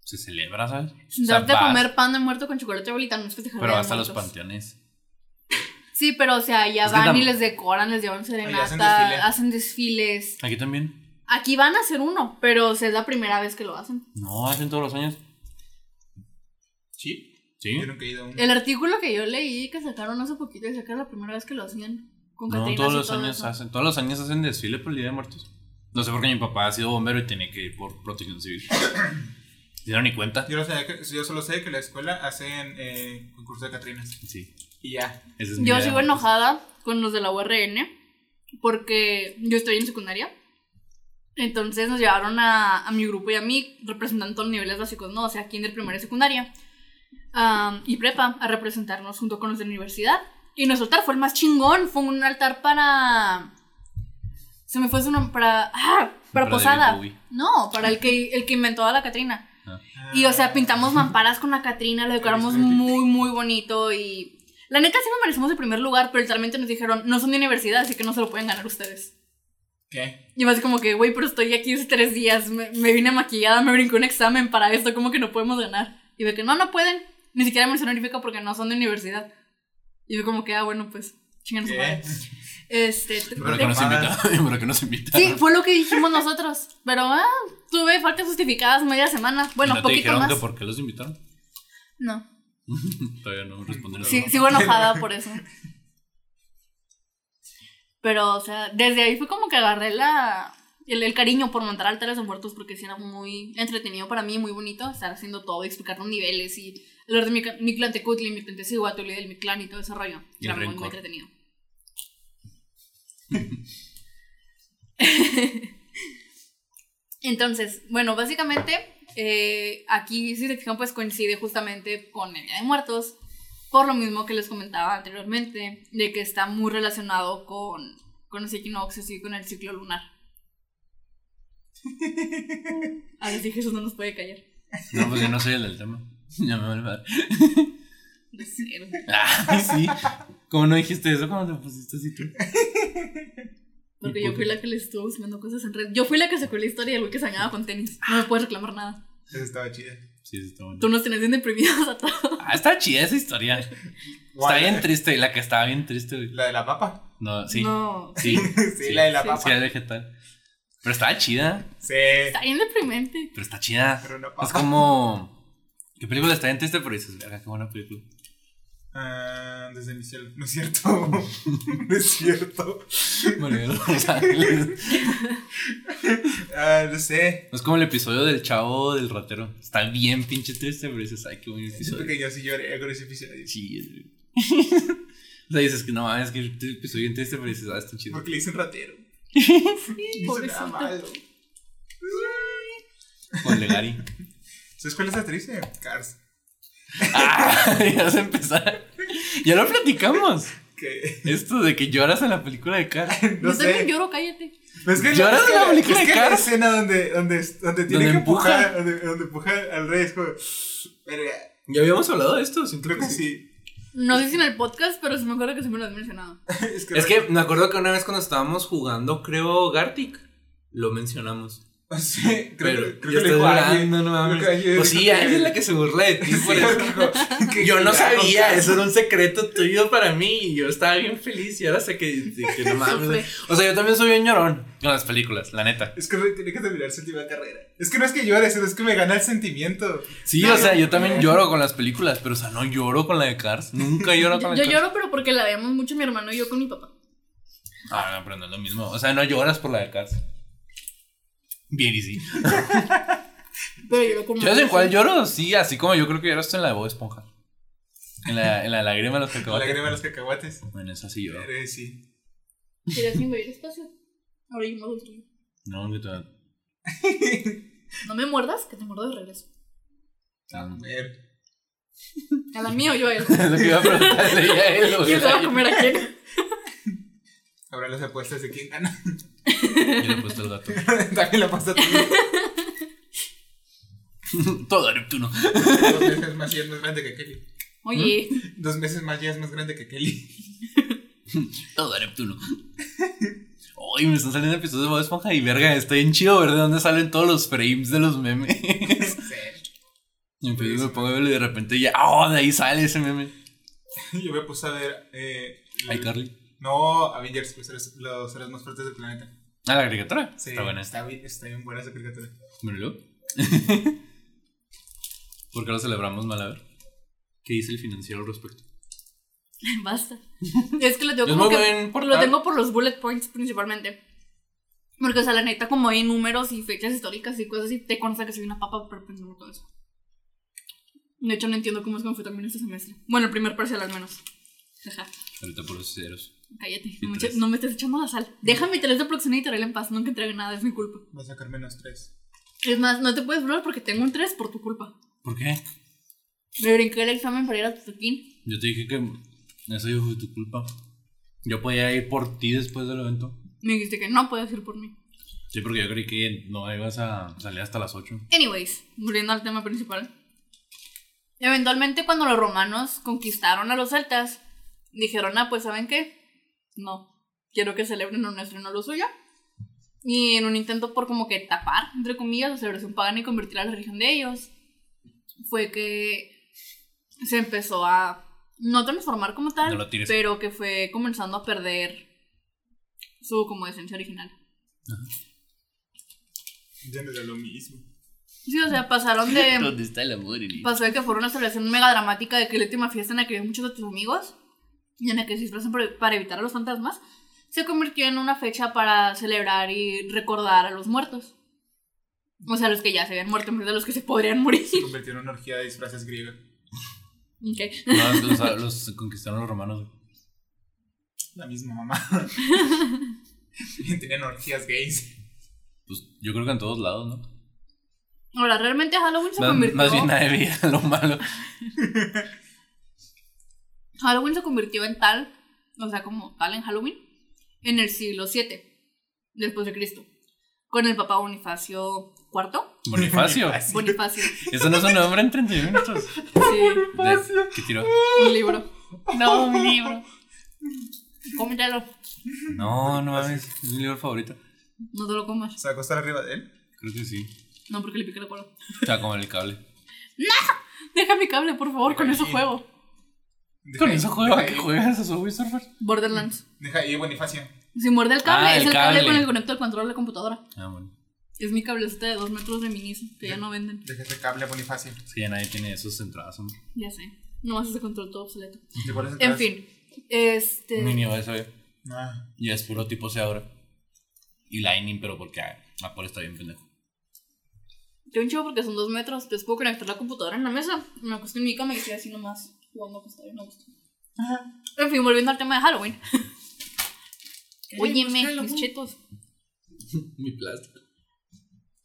Speaker 1: se celebra, ¿sabes? O sea,
Speaker 3: darte a
Speaker 1: vas,
Speaker 3: comer pan de muerto con chocolate abuelita no es festejar el
Speaker 1: Pero
Speaker 3: Día de
Speaker 1: hasta los
Speaker 3: Muertos.
Speaker 1: panteones.
Speaker 3: Sí, pero o sea, ya
Speaker 1: Es que
Speaker 3: van
Speaker 1: tam-
Speaker 3: y les decoran, les llevan serenata,
Speaker 2: hacen
Speaker 3: hacen,
Speaker 2: desfile.
Speaker 3: desfiles.
Speaker 1: Aquí también.
Speaker 3: Aquí van a hacer uno, pero o sea, es la primera vez que lo hacen.
Speaker 1: No, hacen todos los años.
Speaker 2: ¿Sí?
Speaker 1: Sí.
Speaker 2: Yo nunca he ido a un.
Speaker 3: El artículo que yo leí que sacaron hace poquito decía que era la primera vez que lo hacían. Con
Speaker 1: No,
Speaker 3: Catrinas
Speaker 1: todos
Speaker 3: y
Speaker 1: los
Speaker 3: todo
Speaker 1: años
Speaker 3: eso.
Speaker 1: hacen, todos los años hacen desfile por el Día de Muertos. No sé por qué mi papá ha sido bombero y tenía que ir por protección civil. ¿Se dieron ni cuenta?
Speaker 2: Yo, no sabía que- yo solo sé que en la escuela hacen eh, concurso de Catrinas.
Speaker 1: Sí.
Speaker 2: Y ya.
Speaker 1: Ese es mi
Speaker 3: Yo
Speaker 1: Día de
Speaker 3: sigo
Speaker 1: Muertos.
Speaker 3: enojada con los de la URN porque yo estoy en secundaria. Entonces nos llevaron a, a mi grupo y a mí, representando los niveles básicos, ¿no? O sea, aquí en el primaria y secundaria. am, y prepa, a representarnos junto con los de la universidad. Y nuestro altar fue el más chingón. Fue un altar para. Se me fue su nombre. Para. ¡Ah! Para
Speaker 1: Para
Speaker 3: Posada.
Speaker 1: David Bowie.
Speaker 3: No, para el que, el que inventó a la Catrina.
Speaker 2: Ah,
Speaker 3: Y o sea, pintamos mamparas con la Catrina, lo decoramos muy, muy bonito y... La neta sí nos merecemos el primer lugar, pero literalmente nos dijeron, no son de universidad, así que no se lo pueden ganar ustedes.
Speaker 2: ¿Qué?
Speaker 3: Y más como que, güey, pero estoy aquí hace tres días, me, me vine maquillada, me brinqué un examen para esto, como que no podemos ganar. Y ve que no, no pueden, ni siquiera mención honorífica porque no son de universidad. Y ve como que, ah, bueno, pues, chingan su
Speaker 2: ¿Qué?
Speaker 3: madre. Este...
Speaker 1: Pero que nos invita. Pero que nos invita.
Speaker 3: Sí, fue lo que dijimos nosotros, pero ah, tuve faltas justificadas media semana, bueno,
Speaker 1: ¿No te
Speaker 3: poquito
Speaker 1: dijeron
Speaker 3: más.
Speaker 1: que por qué los invitaron?
Speaker 3: No.
Speaker 1: Todavía no respondieron.
Speaker 3: Sí, sigo enojada por eso. Pero, o sea, desde ahí fue como que agarré la, el, el cariño por montar altares de muertos porque sí era muy entretenido para mí, muy bonito estar haciendo todo, explicar los niveles y hablar de mi, ca- mi clan Tecutli, mi clan Tezihuatl, del mi clan y todo ese rollo.
Speaker 1: Y el
Speaker 3: era muy, muy
Speaker 1: rencor.
Speaker 3: entretenido. Entonces, bueno, básicamente eh, aquí, si se fijan, pues coincide justamente con el Día de Muertos, por lo mismo que les comentaba anteriormente, de que está muy relacionado con, con los equinoccios y con el ciclo lunar. A ver si Jesús no nos puede callar.
Speaker 1: No, pues yo no soy el del tema. Ya me vale madre.
Speaker 3: No sé, güey.
Speaker 1: Ah, sí. ¿Cómo no dijiste eso cuando te pusiste así tú?
Speaker 3: Porque yo fui la que les estuvo buscando cosas en red. Yo fui la que sacó la historia del güey que se bañaba con tenis. No me puedes reclamar nada.
Speaker 2: Eso estaba chido.
Speaker 1: Sí, sí, está bueno.
Speaker 3: Tú nos tenés bien deprimidos a todos.
Speaker 1: Ah, está chida esa historia. Está
Speaker 2: Guau,
Speaker 1: bien triste. La que estaba bien triste, güey.
Speaker 2: La de la papa.
Speaker 1: No, sí.
Speaker 3: No.
Speaker 1: Sí.
Speaker 2: Sí, la de la
Speaker 3: Sí.
Speaker 2: papa.
Speaker 1: Sí,
Speaker 2: Sí.
Speaker 1: es vegetal. Pero estaba chida.
Speaker 3: Está bien deprimente.
Speaker 1: Pero está chida.
Speaker 2: Pero una
Speaker 1: Es
Speaker 2: papa.
Speaker 1: como. ¿Qué película está bien triste? Pero dices, verga, qué buena película.
Speaker 2: Ah, desde mi cielo. No es cierto. no es cierto.
Speaker 1: Bueno, de Los Ángeles.
Speaker 2: Ah, no sé.
Speaker 1: Es como el episodio del chavo del ratero. Está bien pinche triste, pero dices, ay, qué buen
Speaker 2: Siento
Speaker 1: episodio.
Speaker 2: que yo sí lloré con ese episodio.
Speaker 1: Sí, es- O sea, dices que no, es que este episodio bien triste, pero dices, ah, está chido.
Speaker 2: Porque le dicen ratero.
Speaker 3: Sí,
Speaker 2: No hizo nada
Speaker 3: pobrecito.
Speaker 2: malo.
Speaker 1: O el de Gary.
Speaker 2: ¿Sabes cuál es la triste? Cars.
Speaker 1: Ah, ya vas a empezar. Ya lo platicamos.
Speaker 2: Que.
Speaker 1: Esto de que lloras en la película de Cars.
Speaker 2: No
Speaker 3: Yo también
Speaker 2: sé.
Speaker 3: lloro, cállate.
Speaker 2: Es que
Speaker 1: Lloras
Speaker 2: es que
Speaker 1: en la película
Speaker 2: es
Speaker 1: de
Speaker 2: que la
Speaker 1: Cars.
Speaker 2: escena donde, donde, donde tiene
Speaker 1: Donde
Speaker 2: que
Speaker 1: empuja.
Speaker 2: empujar, donde, donde empuja al rey es como. verga,
Speaker 1: Ya habíamos hablado de esto, siento
Speaker 2: creo que sí.
Speaker 3: No sé si en el podcast, pero sí me acuerdo que siempre lo has mencionado.
Speaker 2: Es que.
Speaker 1: Es que me acuerdo que una vez cuando estábamos jugando, creo, Gartic, lo mencionamos.
Speaker 2: no sé, creo,
Speaker 1: pero
Speaker 2: que- creo
Speaker 1: ya
Speaker 2: que le
Speaker 1: estás
Speaker 2: dijo a alguien,
Speaker 1: llorando, no mames.
Speaker 2: creo que alguien
Speaker 1: Pues
Speaker 2: dijo
Speaker 1: sí,
Speaker 2: que-
Speaker 1: alguien es la que se burla de ti
Speaker 2: Sí,
Speaker 1: por eso.
Speaker 2: dijo que-
Speaker 1: Yo no
Speaker 2: que ya,
Speaker 1: sabía,
Speaker 2: con
Speaker 1: eso
Speaker 2: Cars.
Speaker 1: era un secreto tuyo para mí y yo estaba bien feliz y ahora sé que, de que no
Speaker 3: Sufre.
Speaker 1: mames. O sea, yo también soy bien llorón con las películas, la neta.
Speaker 2: Es que tiene que terminar su última carrera. Es que no es que llores, es que me gana el sentimiento.
Speaker 1: Sí, o sea, yo también lloro con las películas, pero o sea, no lloro con la de Cars. Nunca lloro con la
Speaker 3: Yo, yo
Speaker 1: de Cars.
Speaker 3: lloro, pero porque la veíamos mucho mi hermano y yo con mi papá.
Speaker 1: Ah, no, pero no es lo mismo. O sea, no lloras por la de Cars. Bien, y sí.
Speaker 3: Pero lloro con
Speaker 1: ¿Yo en cuál lloro? Sí, así como yo creo que lloraste en la de Bob Esponja. En la, en la lágrima de los
Speaker 2: La
Speaker 1: cacahuates.
Speaker 2: lágrima de los cacahuates.
Speaker 1: En esa sí lloro.
Speaker 2: Pero sí.
Speaker 3: ¿Querías invadir espacio? Ahora yo me lo tuyo.
Speaker 1: No, que te...
Speaker 3: No me muerdas, que te muerdo de regreso.
Speaker 1: tan-
Speaker 2: Ver.
Speaker 3: A la mía o yo a él.
Speaker 1: Es lo que iba a preguntarle a él, güey. ¿Mm?
Speaker 3: ¿Quién se va a comer a quién?
Speaker 2: Ahora las apuestas de quién gana.
Speaker 1: Yo le he puesto el gato.
Speaker 2: También la pasta tú.
Speaker 1: Todo a Neptuno.
Speaker 2: Dos meses más y es más grande que Kelly.
Speaker 3: Oye,
Speaker 2: Dos meses más y es más grande que Kelly.
Speaker 1: Todo a Neptuno. Ay, me están saliendo episodios de Bob Esponja y verga, está bien chido ver de dónde salen todos los frames de los memes. Y entonces me pongo a verlo y de repente ya, oh, de ahí sale ese meme.
Speaker 2: Yo me puse a ver. Eh,
Speaker 1: Ay, Carly.
Speaker 2: no, Avengers, los seres, los seres más fuertes del planeta.
Speaker 1: Ah, la caricatura.
Speaker 2: Sí,
Speaker 1: está buena.
Speaker 2: Está bien, está bien buena esa caricatura.
Speaker 1: Bueno, ¿y luego? ¿Por qué lo celebramos mal a ver? ¿Qué dice el financiero al respecto?
Speaker 3: basta. Es que lo tengo
Speaker 1: Es
Speaker 3: como
Speaker 1: muy
Speaker 3: que.
Speaker 1: buen
Speaker 3: Lo
Speaker 1: portal.
Speaker 3: tengo por los bullet points principalmente. Porque, o sea, la neta, como hay números y fechas históricas y cosas así, te consta que soy una papa por aprender todo eso. De hecho, no entiendo cómo es que me fue también este semestre. Bueno, el primer parcial al menos. Jaja,
Speaker 1: Ahorita por los ceros.
Speaker 3: cállate.
Speaker 1: Y
Speaker 3: No me,
Speaker 1: tres.
Speaker 3: eches- no me estés echando la sal. Déjame tener de producción editorial en paz. Nunca entregué nada, es mi culpa.
Speaker 2: Voy a sacar menos tres.
Speaker 3: Es más, no te puedes burlar porque tengo un 3 por tu culpa.
Speaker 1: ¿Por qué?
Speaker 3: Me brinqué el examen para ir a Tutuquín.
Speaker 1: Yo te dije que eso yo fue tu culpa. Yo podía ir por ti después del evento.
Speaker 3: Me dijiste que no puedes ir por mí.
Speaker 1: Sí, porque yo creí que no ibas a salir hasta las 8.
Speaker 3: Anyways, volviendo al tema principal. Eventualmente cuando los romanos conquistaron a los celtas, dijeron, ah, pues ¿saben qué? No, quiero que celebren lo nuestro y no lo suyo. Y en un intento por como que tapar, entre comillas, la celebración pagana y convertirla en la religión de ellos, fue que se empezó a no transformar como tal,
Speaker 1: No lo tires.
Speaker 3: pero que fue comenzando a perder su como esencia original.
Speaker 2: Ya no era lo mismo.
Speaker 3: Sí, o sea, pasaron de... Pues-
Speaker 1: está el amor,
Speaker 3: Pasó de que fuera una celebración mega dramática de que la última fiesta en la que viven muchos de tus amigos y en la que se disfrazan por- e, para evitar a los fantasmas, se convirtió en una fecha para celebrar y recordar a los muertos. O sea, los que ya se habían muerto en vez de los que se podrían morir.
Speaker 2: Se convirtió en una orgía de disfraces griega.
Speaker 3: Ok.
Speaker 1: No, es que los, los conquistaron los romanos.
Speaker 2: La misma mamá. Tenían orgías gays.
Speaker 1: Pues yo creo que en todos lados, ¿no?
Speaker 3: Ahora, realmente Halloween se
Speaker 1: Más,
Speaker 3: convirtió.
Speaker 1: más bien nadie veía lo malo.
Speaker 3: Halloween se convirtió en tal, o sea, como tal en Halloween, en el siglo VII, después de Cristo, con el Papa Bonifacio IV.
Speaker 1: Bonifacio.
Speaker 3: Bonifacio, sí,
Speaker 1: Eso no es un nombre en 30 minutos. De- ¿Qué tiró?
Speaker 3: un libro.
Speaker 1: No, mi libro.
Speaker 3: Cómetelo.
Speaker 1: No, no mames. Es mi libro favorito.
Speaker 3: No te lo comas.
Speaker 2: Se va a acostar arriba de él.
Speaker 1: Creo que sí.
Speaker 3: No, porque le pica la cola.
Speaker 1: O sea, como el cable.
Speaker 3: Deja mi cable, por favor, con
Speaker 2: Ahí.
Speaker 3: eso juego.
Speaker 2: Deja
Speaker 1: Con
Speaker 2: ahí-
Speaker 1: eso juega
Speaker 2: deja
Speaker 1: que
Speaker 2: ahí-
Speaker 1: juegas a Subway Surfer.
Speaker 3: Borderlands.
Speaker 2: Deja ahí Bonifacio.
Speaker 3: Si muerde el cable,
Speaker 1: Ah,
Speaker 3: es
Speaker 1: el
Speaker 3: el cable,
Speaker 1: cable.
Speaker 3: con el que conecto al control de la computadora.
Speaker 1: Ah, bueno.
Speaker 3: Es mi cablecita de dos metros de miniso, que ya no venden.
Speaker 2: Deja ese cable a Bonifacio.
Speaker 1: Es que ya nadie tiene esos entradas. ¿no?
Speaker 3: Ya sé. Nomás ese control todo obsoleto.
Speaker 2: ¿Te acuerdas de
Speaker 3: En
Speaker 2: atrás?
Speaker 3: fin. Este.
Speaker 1: Ni ni va a saber.
Speaker 2: Ah,
Speaker 1: Ya es puro tipo C ahora. Y Lightning, pero porque ah, Apple está bien pendejo.
Speaker 3: Yo un chivo porque son dos metros. Entonces puedo conectar la computadora en la mesa. Me acosté en mi cama y estoy así nomás jugando acostado y no gusto. En fin, volviendo al tema de Halloween. Óyeme, mis chetos.
Speaker 1: Mi plástico.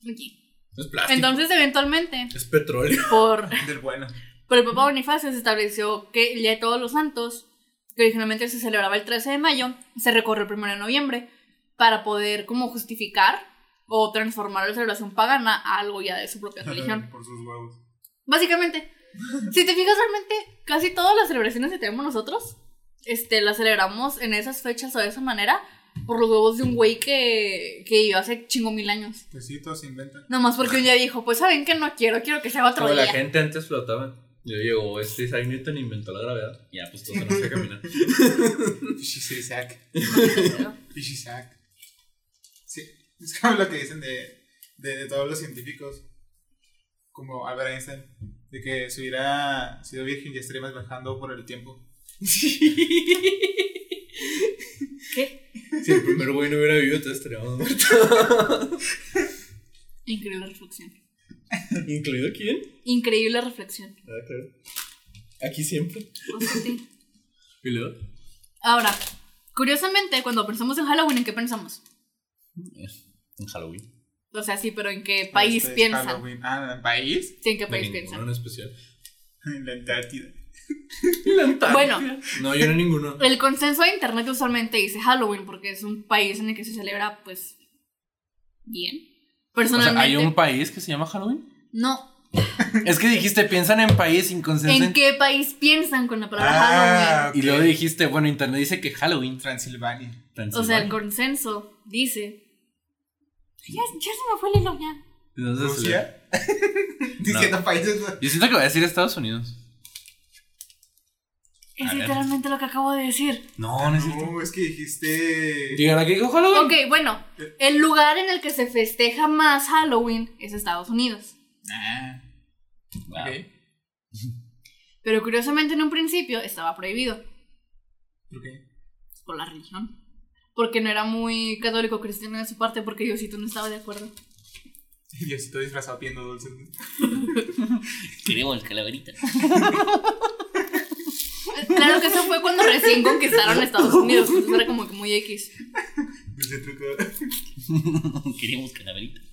Speaker 3: Oye.
Speaker 1: No es plástico.
Speaker 3: Entonces, eventualmente,
Speaker 1: es petróleo.
Speaker 3: por
Speaker 2: del bueno.
Speaker 3: Pero el Papa Bonifacio se estableció que el Día de Todos los Santos, que originalmente se celebraba el 13 de mayo, se recorrió el 1 de noviembre para poder como justificar o transformar la celebración pagana a algo ya de su propia religión.
Speaker 2: Por sus huevos.
Speaker 3: Básicamente, si te fijas realmente, casi todas las celebraciones que tenemos nosotros, este, las celebramos en esas fechas o de esa manera por los huevos de un güey que, que vivió hace chingo mil años.
Speaker 2: Pues sí, todos se inventan.
Speaker 3: Nomás porque un día dijo, pues saben que no quiero, quiero que sea otro
Speaker 1: Como la
Speaker 3: día.
Speaker 1: gente antes flotaba. Yo llegó este Isaac Newton inventó la gravedad. Ya, pues todo se nos hace caminar.
Speaker 2: Fishy Isaac. Fishy Isaac. Sí, es como lo que dicen de, de, de todos los científicos. Como Albert Einstein. De que si hubiera sido virgen ya estaríamos viajando por el tiempo.
Speaker 3: ¿Qué?
Speaker 1: Si el primer güey no hubiera vivido, entonces estaríamos muertos.
Speaker 3: Increíble reflexión.
Speaker 1: ¿Incluido quién?
Speaker 3: Increíble reflexión.
Speaker 1: Ah, claro. Aquí siempre.
Speaker 3: Bastante.
Speaker 1: ¿Y luego?
Speaker 3: Ahora, curiosamente, cuando pensamos en Halloween, ¿en qué pensamos?
Speaker 1: En Halloween.
Speaker 3: O sea, sí, pero ¿en qué país
Speaker 2: Este,
Speaker 3: piensan?
Speaker 2: Halloween. Ah, ¿país?
Speaker 3: Sí, ¿en qué
Speaker 1: De
Speaker 3: país
Speaker 1: ninguno
Speaker 3: piensan?
Speaker 1: en especial.
Speaker 2: La Antártida.
Speaker 1: La Antártida.
Speaker 3: Bueno.
Speaker 1: No, yo no ninguno.
Speaker 3: El consenso de internet usualmente dice Halloween porque es un país en el que se celebra, pues, bien.
Speaker 1: O sea,
Speaker 3: Personalmente,
Speaker 1: ¿Hay un país que se llama Halloween?
Speaker 3: no.
Speaker 1: Es que dijiste, piensan en país sin consenso.
Speaker 3: ¿En qué país piensan con la palabra
Speaker 2: Ah,
Speaker 3: Halloween?
Speaker 1: Y luego dijiste, bueno, internet dice que Halloween.
Speaker 2: Transilvania.
Speaker 3: O sea, el
Speaker 1: Transilvania.
Speaker 3: consenso dice. Ay, Ya, ya se me fue el hilo, ya.
Speaker 1: Entonces,
Speaker 2: Rusia. Diciendo países.
Speaker 1: Yo siento que voy a decir Estados Unidos.
Speaker 3: Es
Speaker 1: A ver.
Speaker 3: literalmente lo que acabo de decir.
Speaker 1: No, no es cierto.
Speaker 2: No, es que dijiste.
Speaker 1: Llegar aquí con Halloween.
Speaker 3: Ok, bueno, el lugar en el que se festeja más Halloween es Estados Unidos.
Speaker 2: Ah,
Speaker 1: Wow.
Speaker 2: ok.
Speaker 3: Pero curiosamente en un principio estaba prohibido
Speaker 2: ¿Por qué?
Speaker 3: por la religión. Porque no era muy católico cristiano de su parte, porque Diosito no estaba de acuerdo.
Speaker 2: Diosito disfrazado pidiendo dulces.
Speaker 4: Queremos calaverita.
Speaker 3: Claro que eso fue cuando recién conquistaron Estados Unidos. Entonces era como que muy X.
Speaker 2: Dulce truco.
Speaker 4: Queremos calaverita.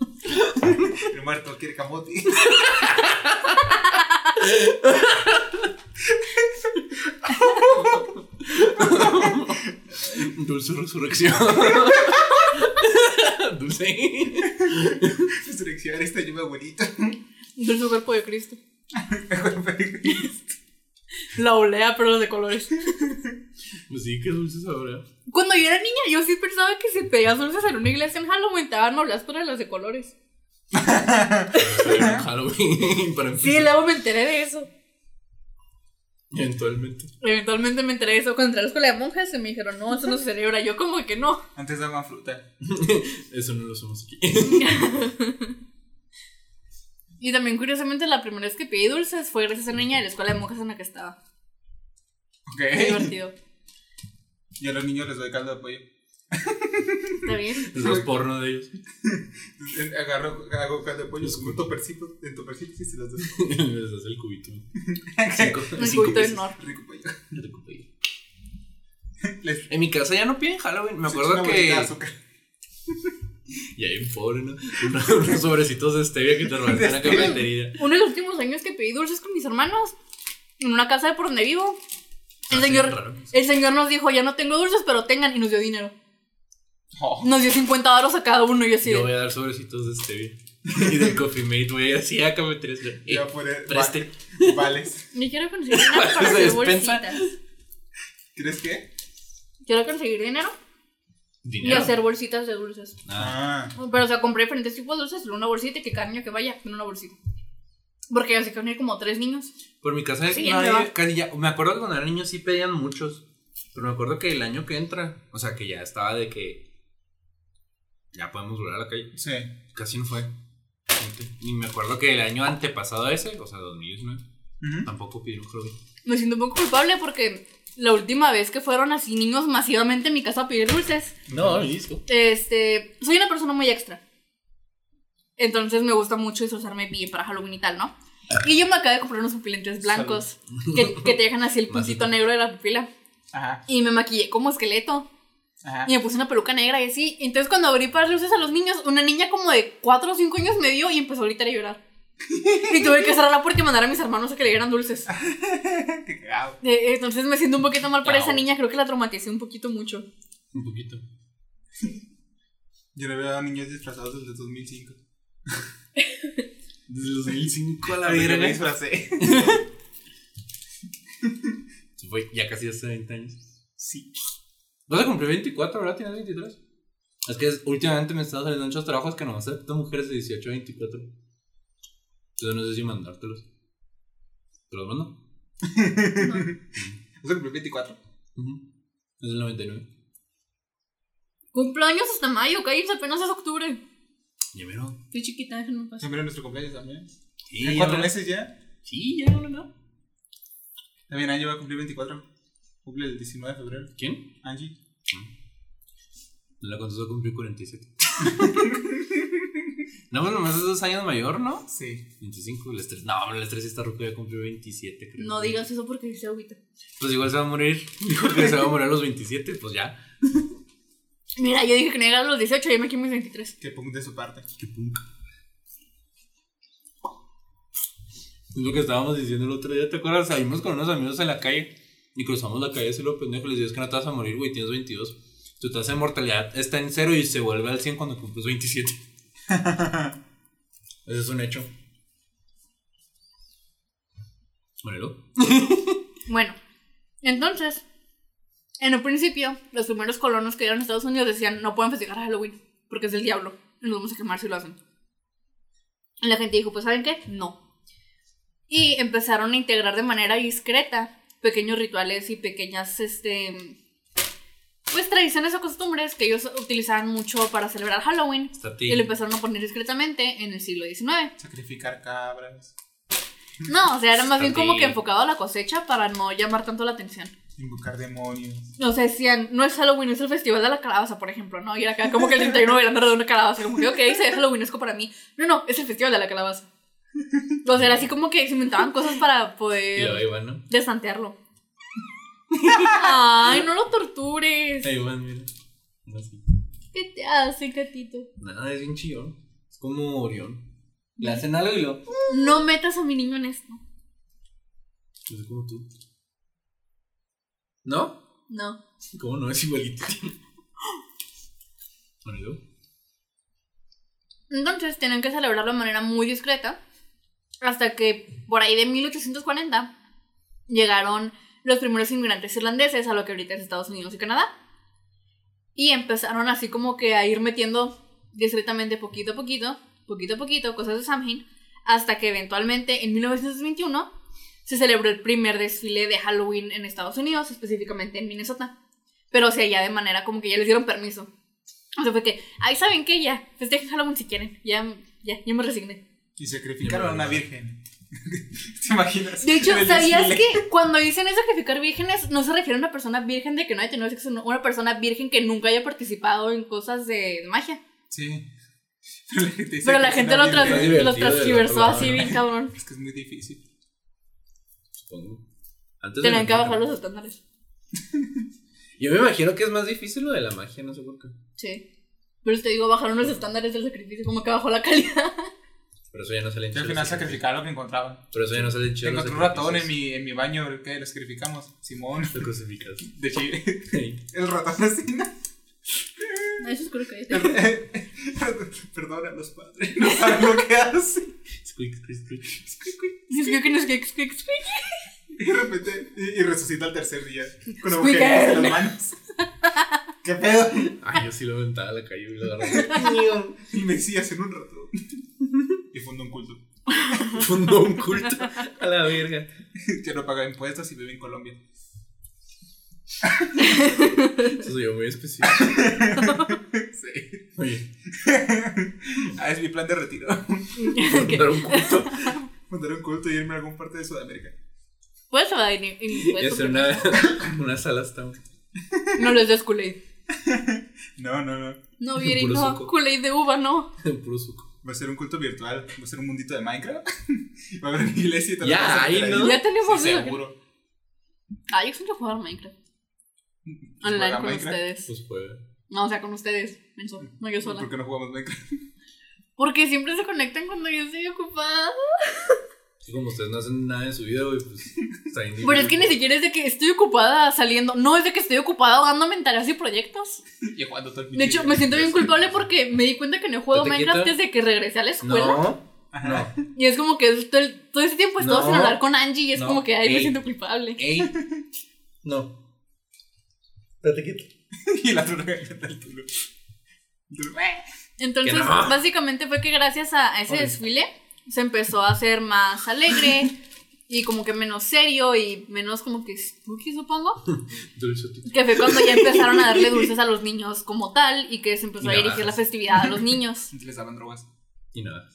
Speaker 2: El muerto quiere camote.
Speaker 1: Dulce resurrección. Dulce.
Speaker 2: Resurrección, esta llama abuelita.
Speaker 3: Del su cuerpo de Cristo. La olea, pero de colores.
Speaker 1: Pues sí, qué dulce sabrá.
Speaker 3: Cuando yo era niña, yo sí pensaba que si pedías dulces en una iglesia en Halloween, te daban oblas para las de colores.
Speaker 1: Halloween para
Speaker 3: Sí,
Speaker 1: empezar.
Speaker 3: luego me enteré de eso.
Speaker 1: Eventualmente.
Speaker 3: Eventualmente me enteré de eso cuando entré a la escuela de monjas y me dijeron, no, eso no se celebra. Yo como que no.
Speaker 2: Antes daban fruta.
Speaker 1: Eso no lo somos aquí.
Speaker 3: Y también curiosamente la primera vez que pedí dulces fue gracias a una niña de la escuela de monjas en la que estaba. Qué
Speaker 2: Ok.
Speaker 3: divertido.
Speaker 2: Yo a los niños les doy caldo de pollo.
Speaker 3: Está bien.
Speaker 1: Es los porno de ellos.
Speaker 2: Agarro, hago caldo de pollo con un topercito. En topercito, sí, se los doy.
Speaker 1: Les das el cubito. Cinco,
Speaker 3: Un
Speaker 1: cinco
Speaker 3: cubito de
Speaker 1: pesos.
Speaker 3: nor.
Speaker 2: Rico pollo.
Speaker 1: No te preocupes.
Speaker 2: Les
Speaker 1: En mi casa ya no piden Halloween. Me
Speaker 2: les echo
Speaker 1: acuerdo
Speaker 2: una
Speaker 1: que.
Speaker 2: bolsita de azúcar.
Speaker 1: Y hay un pobre, ¿no? Unos, unos sobrecitos de stevia que te robaste en la cafetería.
Speaker 3: Uno de los últimos años que pedí dulces con mis hermanos, en una casa de por donde vivo, el
Speaker 1: Ah, sí,
Speaker 3: señor,
Speaker 1: raro.
Speaker 3: el señor nos dijo, ya no tengo dulces, pero tengan, y nos dio dinero.
Speaker 2: Oh.
Speaker 3: Nos dio 50 baros a cada uno, y yo así,
Speaker 1: Yo voy
Speaker 3: de,
Speaker 1: a dar sobrecitos de stevia. Y del coffee mate voy a ir así a cafeterías.
Speaker 2: Y
Speaker 1: Eh,
Speaker 2: va a poner
Speaker 1: preste.
Speaker 2: va- vales.
Speaker 3: yo quiero conseguir dinero para
Speaker 1: Esa
Speaker 3: hacer
Speaker 1: despensa.
Speaker 3: bolsitas.
Speaker 2: ¿Crees que?
Speaker 3: Quiero conseguir dinero y
Speaker 1: Dinero.
Speaker 3: hacer bolsitas de dulces.
Speaker 1: Ah,
Speaker 2: Ah.
Speaker 3: Pero, o sea, compré diferentes tipos de dulces, una bolsita y que cada niño que vaya con una bolsita. Porque así que van a ir como tres niños.
Speaker 1: Por mi casa
Speaker 3: Sí,
Speaker 1: nadie-
Speaker 3: ya me va.
Speaker 1: casi ya- me acuerdo que cuando era niño sí pedían muchos, pero me acuerdo que el año que entra, o sea que ya estaba de que ya podemos volar a la calle,
Speaker 2: Sí.
Speaker 1: casi no fue. Fíjate. Y me acuerdo que el año antepasado a ese, o sea 2019,
Speaker 2: Ujú.
Speaker 1: tampoco pidieron Halloween.
Speaker 3: Me siento un poco culpable porque la última vez que fueron así niños masivamente a mi casa a pedir dulces,
Speaker 1: No, mi disco.
Speaker 3: este, soy una persona muy extra. Entonces me gusta mucho disfrazarme bien para Halloween y tal, ¿no? Y yo me acabé de comprar unos pupilentes blancos que, que te dejan así el puntito negro de la pupila.
Speaker 2: Ajá.
Speaker 3: Y me maquillé como esqueleto.
Speaker 2: Ajá.
Speaker 3: Y me puse una peluca negra y así. Entonces cuando abrí para darle luces a los niños, una niña como de 4 o 5 años me vio y empezó a gritar y llorar. Y tuve que cerrarla porque mandar a mis hermanos a que le dieran dulces.
Speaker 2: Qué cagado.
Speaker 3: Eh, Entonces me siento un poquito mal por
Speaker 1: Claro.
Speaker 3: esa niña, creo que la traumaticé un poquito mucho.
Speaker 1: Un poquito.
Speaker 2: Yo no veo a niños disfrazados desde 2005.
Speaker 1: Desde los 2005 a la eh?
Speaker 2: Cuando yo me
Speaker 1: verga.
Speaker 2: disfracé.
Speaker 1: Se fue ya casi hace 20 años.
Speaker 2: Sí.
Speaker 1: ¿Vas a cumplir 24, verdad? ¿Tienes 23? Es que es- últimamente me están saliendo muchos trabajos que no aceptan mujeres de 18 a 24. Entonces no sé si mandártelos. ¿Te los mando?
Speaker 2: ¿Vas a cumplir 24?
Speaker 1: Ujú. Es el 99.
Speaker 3: Cumpleaños hasta mayo, cállense, apenas es octubre.
Speaker 1: Ya mero.
Speaker 3: Estoy chiquita, déjenme en paz.
Speaker 2: Siempre nuestro cumpleaños también.
Speaker 1: Sí,
Speaker 2: ¿En
Speaker 1: ya
Speaker 2: cuatro
Speaker 1: mero.
Speaker 2: meses ya?
Speaker 1: Sí, ya no, no.
Speaker 2: También Angie va a cumplir 24. Cumple el 19 de febrero.
Speaker 1: ¿Quién?
Speaker 2: Angie.
Speaker 1: La contestó cumplir 47. no, bueno, más es dos años mayor, ¿no?
Speaker 2: Sí.
Speaker 1: 25, el estrés. No, el estrés está roco ya cumplió 27, creo.
Speaker 3: No digas eso porque dice agüita.
Speaker 1: Pues igual se va a morir. Dijo que se va a morir a los 27, pues ya.
Speaker 3: Mira, yo dije que no llegara a los 18, ya me quedé mis 23.
Speaker 2: Que ponga de su parte.
Speaker 1: Qué punk. Es lo que estábamos diciendo el otro día, ¿te acuerdas? Salimos con unos amigos en la calle y cruzamos la calle así lo pendejo. Les digo, es que no te vas a morir, güey, tienes 22. Tu tasa de mortalidad está en cero y se vuelve al 100 cuando cumples 27. Ese es un hecho. Morelo.
Speaker 3: Bueno, entonces, en un principio, los primeros colonos que llegaron a Estados Unidos decían, no pueden festejar Halloween, porque es del diablo, y nos vamos a quemar si lo hacen. Y la gente dijo, pues ¿saben qué? No. Y empezaron a integrar de manera discreta pequeños rituales y pequeñas, este, pues tradiciones o costumbres que ellos utilizaban mucho para celebrar Halloween.
Speaker 1: Está a ti.
Speaker 3: Y lo empezaron a poner discretamente en el siglo XIX.
Speaker 2: Sacrificar cabras,
Speaker 3: No, o sea, era más bien como que
Speaker 4: También.
Speaker 3: enfocado a la cosecha para no llamar tanto la atención.
Speaker 2: invocar demonios.
Speaker 3: O sea, decían, no es Halloween, es el festival de la calabaza, por ejemplo, ¿no? Y era acá como que el 31 bailando alrededor de una calabaza, como que, ok, se ve Halloweenesco para mí. No, no, es el festival de la calabaza. O sea, era así como que se inventaban cosas para
Speaker 1: Y luego
Speaker 3: poder
Speaker 1: Iván, ¿no?
Speaker 3: desantearlo. Ay, no lo tortures.
Speaker 1: Ahí Iván, mira. Así.
Speaker 3: ¿Qué te hace, gatito?
Speaker 1: Nada, es bien chillón. Es como Orión. Le hacen algo y lo.
Speaker 3: No metas a mi niño en esto.
Speaker 1: Es como tú. ¿No?
Speaker 3: No.
Speaker 1: ¿Cómo no? Es igualito. Morelo.
Speaker 3: Entonces tenían que celebrarlo de manera muy discreta. Hasta que por ahí de 1840 llegaron los primeros inmigrantes irlandeses a lo que ahorita es Estados Unidos y Canadá. Y empezaron así como que a ir metiendo discretamente poquito a poquito, poquito a poquito, cosas de Samhain. Hasta que eventualmente en 1921 se celebró el primer desfile de Halloween en Estados Unidos, específicamente en Minnesota. Pero o sea, ya de manera como que ya les dieron permiso. O sea, fue que, ahí saben que ya, festejen Halloween si quieren. Ya, ya, yo me resigné.
Speaker 2: Y sacrificar
Speaker 1: Yo
Speaker 2: a
Speaker 1: me
Speaker 2: una
Speaker 1: lo-
Speaker 2: virgen. ¿Te imaginas?
Speaker 3: De hecho,
Speaker 2: En el
Speaker 3: ¿sabías
Speaker 2: desfile.
Speaker 3: que cuando dicen es sacrificar vírgenes, no se refiere a una persona virgen de que no haya tenido sexo, sino una persona virgen que nunca haya participado en cosas de magia?
Speaker 2: Sí. Pero la gente, dice
Speaker 3: Pero
Speaker 2: que
Speaker 3: la
Speaker 2: es
Speaker 3: gente
Speaker 2: una
Speaker 3: lo, trans-
Speaker 2: virgen.
Speaker 1: Es divertido
Speaker 3: lo
Speaker 1: del otro
Speaker 3: transversó
Speaker 1: lado,
Speaker 3: así
Speaker 1: ¿no?
Speaker 3: bien cabrón.
Speaker 2: Es que es muy difícil.
Speaker 1: Supongo. Antes de
Speaker 3: Tenían que
Speaker 1: la
Speaker 3: bajar
Speaker 1: magia.
Speaker 3: los estándares.
Speaker 1: Yo me imagino que es más difícil lo de la magia, no sé por qué.
Speaker 3: Sí. Pero te digo, bajaron los estándares del sacrificio, como que bajó la calidad.
Speaker 1: Por eso ya no salen
Speaker 2: Yo al
Speaker 1: chidos
Speaker 2: final
Speaker 1: los sacrificios.
Speaker 2: sacrificaba lo que encontraban.
Speaker 1: Por eso ya no salen chidos los
Speaker 2: Encontré un ratón en
Speaker 1: sacrificios.
Speaker 2: mi, en mi baño, ¿qué? Lo sacrificamos. Simón.
Speaker 1: Lo crucificas.
Speaker 2: De Chile.
Speaker 1: Ey,
Speaker 2: El ratón asesino.
Speaker 3: Eso es creo que
Speaker 2: El re- Perdona a los padres. No saben lo que hacen.
Speaker 1: squeak, squeak, squeak.
Speaker 3: Es que- que no es que- que- que-
Speaker 2: Y
Speaker 3: que-
Speaker 2: de repente. Y, y resucita al tercer día. Con
Speaker 3: Squeak.
Speaker 2: agujeros en las manos. ¿Qué pedo?
Speaker 1: Ay, yo sí lo aventaba a la calle y lo agarraba.
Speaker 2: Y Mesías en un ratón. Y fundó un culto.
Speaker 1: Fundó un culto a la verga.
Speaker 2: Que no paga impuestos y vive en Colombia.
Speaker 1: Eso soy yo muy específico.
Speaker 2: Sí.
Speaker 1: Oye,
Speaker 2: Ah, es mi plan de retiro.
Speaker 3: que-
Speaker 1: fundar un culto
Speaker 2: Fundar un culto y irme a algún parte de Sudamérica.
Speaker 3: Pues se va a ir
Speaker 1: y hacer una, una sala hasta un
Speaker 3: No les des Kool-Aid.
Speaker 2: No, no, no.
Speaker 3: No,
Speaker 1: Puro
Speaker 3: Vieri, no,
Speaker 1: suco.
Speaker 3: Kool-Aid de uva, no.
Speaker 1: puro suco.
Speaker 2: Va a ser un culto virtual. Va a ser un mundito de Minecraft. Va a haber una iglesia y tal.
Speaker 1: Ya, ahí, ¿no?
Speaker 3: Ya tenemos
Speaker 2: Sí,
Speaker 3: eso.
Speaker 2: seguro.
Speaker 3: Ah, yo siempre jugar Minecraft. Online
Speaker 2: ¿Juega
Speaker 3: con
Speaker 2: Minecraft?
Speaker 3: ustedes.
Speaker 1: Pues juega.
Speaker 3: No, o sea, con ustedes. menso, No yo sola.
Speaker 2: ¿Por qué no jugamos Minecraft?
Speaker 3: Porque siempre se conectan cuando yo estoy ocupada.
Speaker 1: Y como ustedes no hacen nada en su vida, güey, pues está bien.
Speaker 3: Pero es que ni siquiera es de que estoy ocupada saliendo. No, es de que estoy ocupada ahogándome en tareas y proyectos.
Speaker 2: Y jugando todo el
Speaker 3: De hecho, me siento bien culpable porque me di cuenta que no juego
Speaker 1: ¿Te te
Speaker 3: Minecraft
Speaker 1: quita?
Speaker 3: desde que regresé a la escuela.
Speaker 1: No,
Speaker 2: Ajá.
Speaker 1: no.
Speaker 3: Y es como que todo, el- todo ese tiempo he estado
Speaker 1: No.
Speaker 3: sin hablar con Angie y es
Speaker 1: No.
Speaker 3: como que ay, me
Speaker 1: Ey.
Speaker 3: siento culpable.
Speaker 1: Ey. No. Date quieto.
Speaker 2: Y la otra regaleta del culo.
Speaker 3: Eh. Entonces,
Speaker 1: Que no.
Speaker 3: básicamente fue que gracias a a ese
Speaker 1: Órale.
Speaker 3: desfile se empezó a hacer más alegre y como que menos serio y menos como que spooky, supongo.
Speaker 1: Dulce tito.
Speaker 3: Que fue cuando ya empezaron a darle dulces a los niños como tal y que se empezó
Speaker 1: Y
Speaker 3: a
Speaker 1: nada
Speaker 3: dirigir la
Speaker 1: más.
Speaker 3: festividad a los niños.
Speaker 2: Les daban drogas.
Speaker 1: Y nada.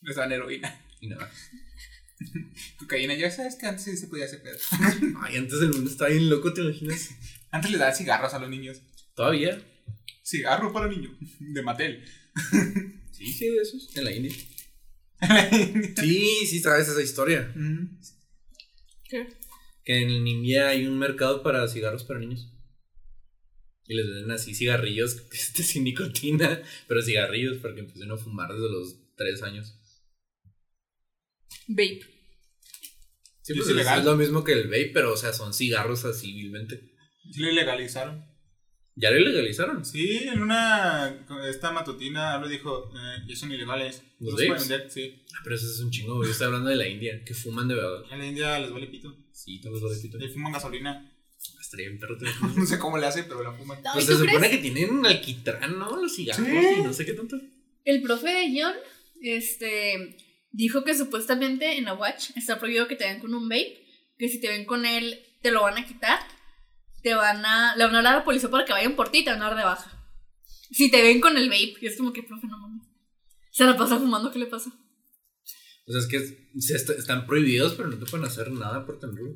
Speaker 2: Les daban heroína.
Speaker 1: Y nada.
Speaker 2: Cocaína. Ya sabes que antes sí se podía hacer pedo.
Speaker 1: Ay, antes el mundo estaba bien loco, ¿te imaginas?
Speaker 2: Antes les daban cigarros a los niños.
Speaker 1: Todavía.
Speaker 2: Cigarro para niño. De Mattel.
Speaker 1: Sí, sí, de esos. En la India. Sí, sí, sabes esa historia.
Speaker 2: Mm.
Speaker 1: Que en India hay un mercado para cigarros para niños. Y les venden así cigarrillos este, sin nicotina, pero cigarrillos para que empiecen a fumar desde los 3 años.
Speaker 3: Vape.
Speaker 2: Sí,
Speaker 1: Sí,
Speaker 2: pues,
Speaker 1: pues,
Speaker 2: es ilegal.
Speaker 1: es lo mismo que el vape, pero o sea, son cigarros así vilmente.
Speaker 2: Sí lo ilegalizaron.
Speaker 1: Ya lo legalizaron.
Speaker 2: Sí, en una. Esta matutina algo dijo: eh, que son ilegales.
Speaker 1: ¿Los
Speaker 2: Los pueden
Speaker 1: vapes?
Speaker 2: vender, sí.
Speaker 1: Ah, Pero eso es un chingo, güey. Yo estoy hablando de la India, que fuman de verdad.
Speaker 2: En la India les vale pito.
Speaker 1: Sí, tal vez lo repito.
Speaker 2: Le fuman gasolina.
Speaker 1: Estaría bien, perro.
Speaker 2: No sé cómo le hacen, pero la fuman.
Speaker 3: No, ¿y
Speaker 1: Pues se
Speaker 3: tú
Speaker 1: supone
Speaker 3: crees?
Speaker 1: que tienen alquitrán, ¿no? Los cigarros
Speaker 2: Sí.
Speaker 1: y no sé qué tanto.
Speaker 3: El profe de John, este, dijo que supuestamente en la Watch está prohibido que te vean con un vape, que si te ven con él te lo van a quitar, te van a, le van a hablar a la policía para que vayan por ti y te van a dar de baja. Si te ven con el vape, y es como que, profe, no mames. Se la pasa fumando, ¿qué le pasa?
Speaker 1: O sea, es que es- se est- están prohibidos, pero no te pueden hacer nada por tenerlo.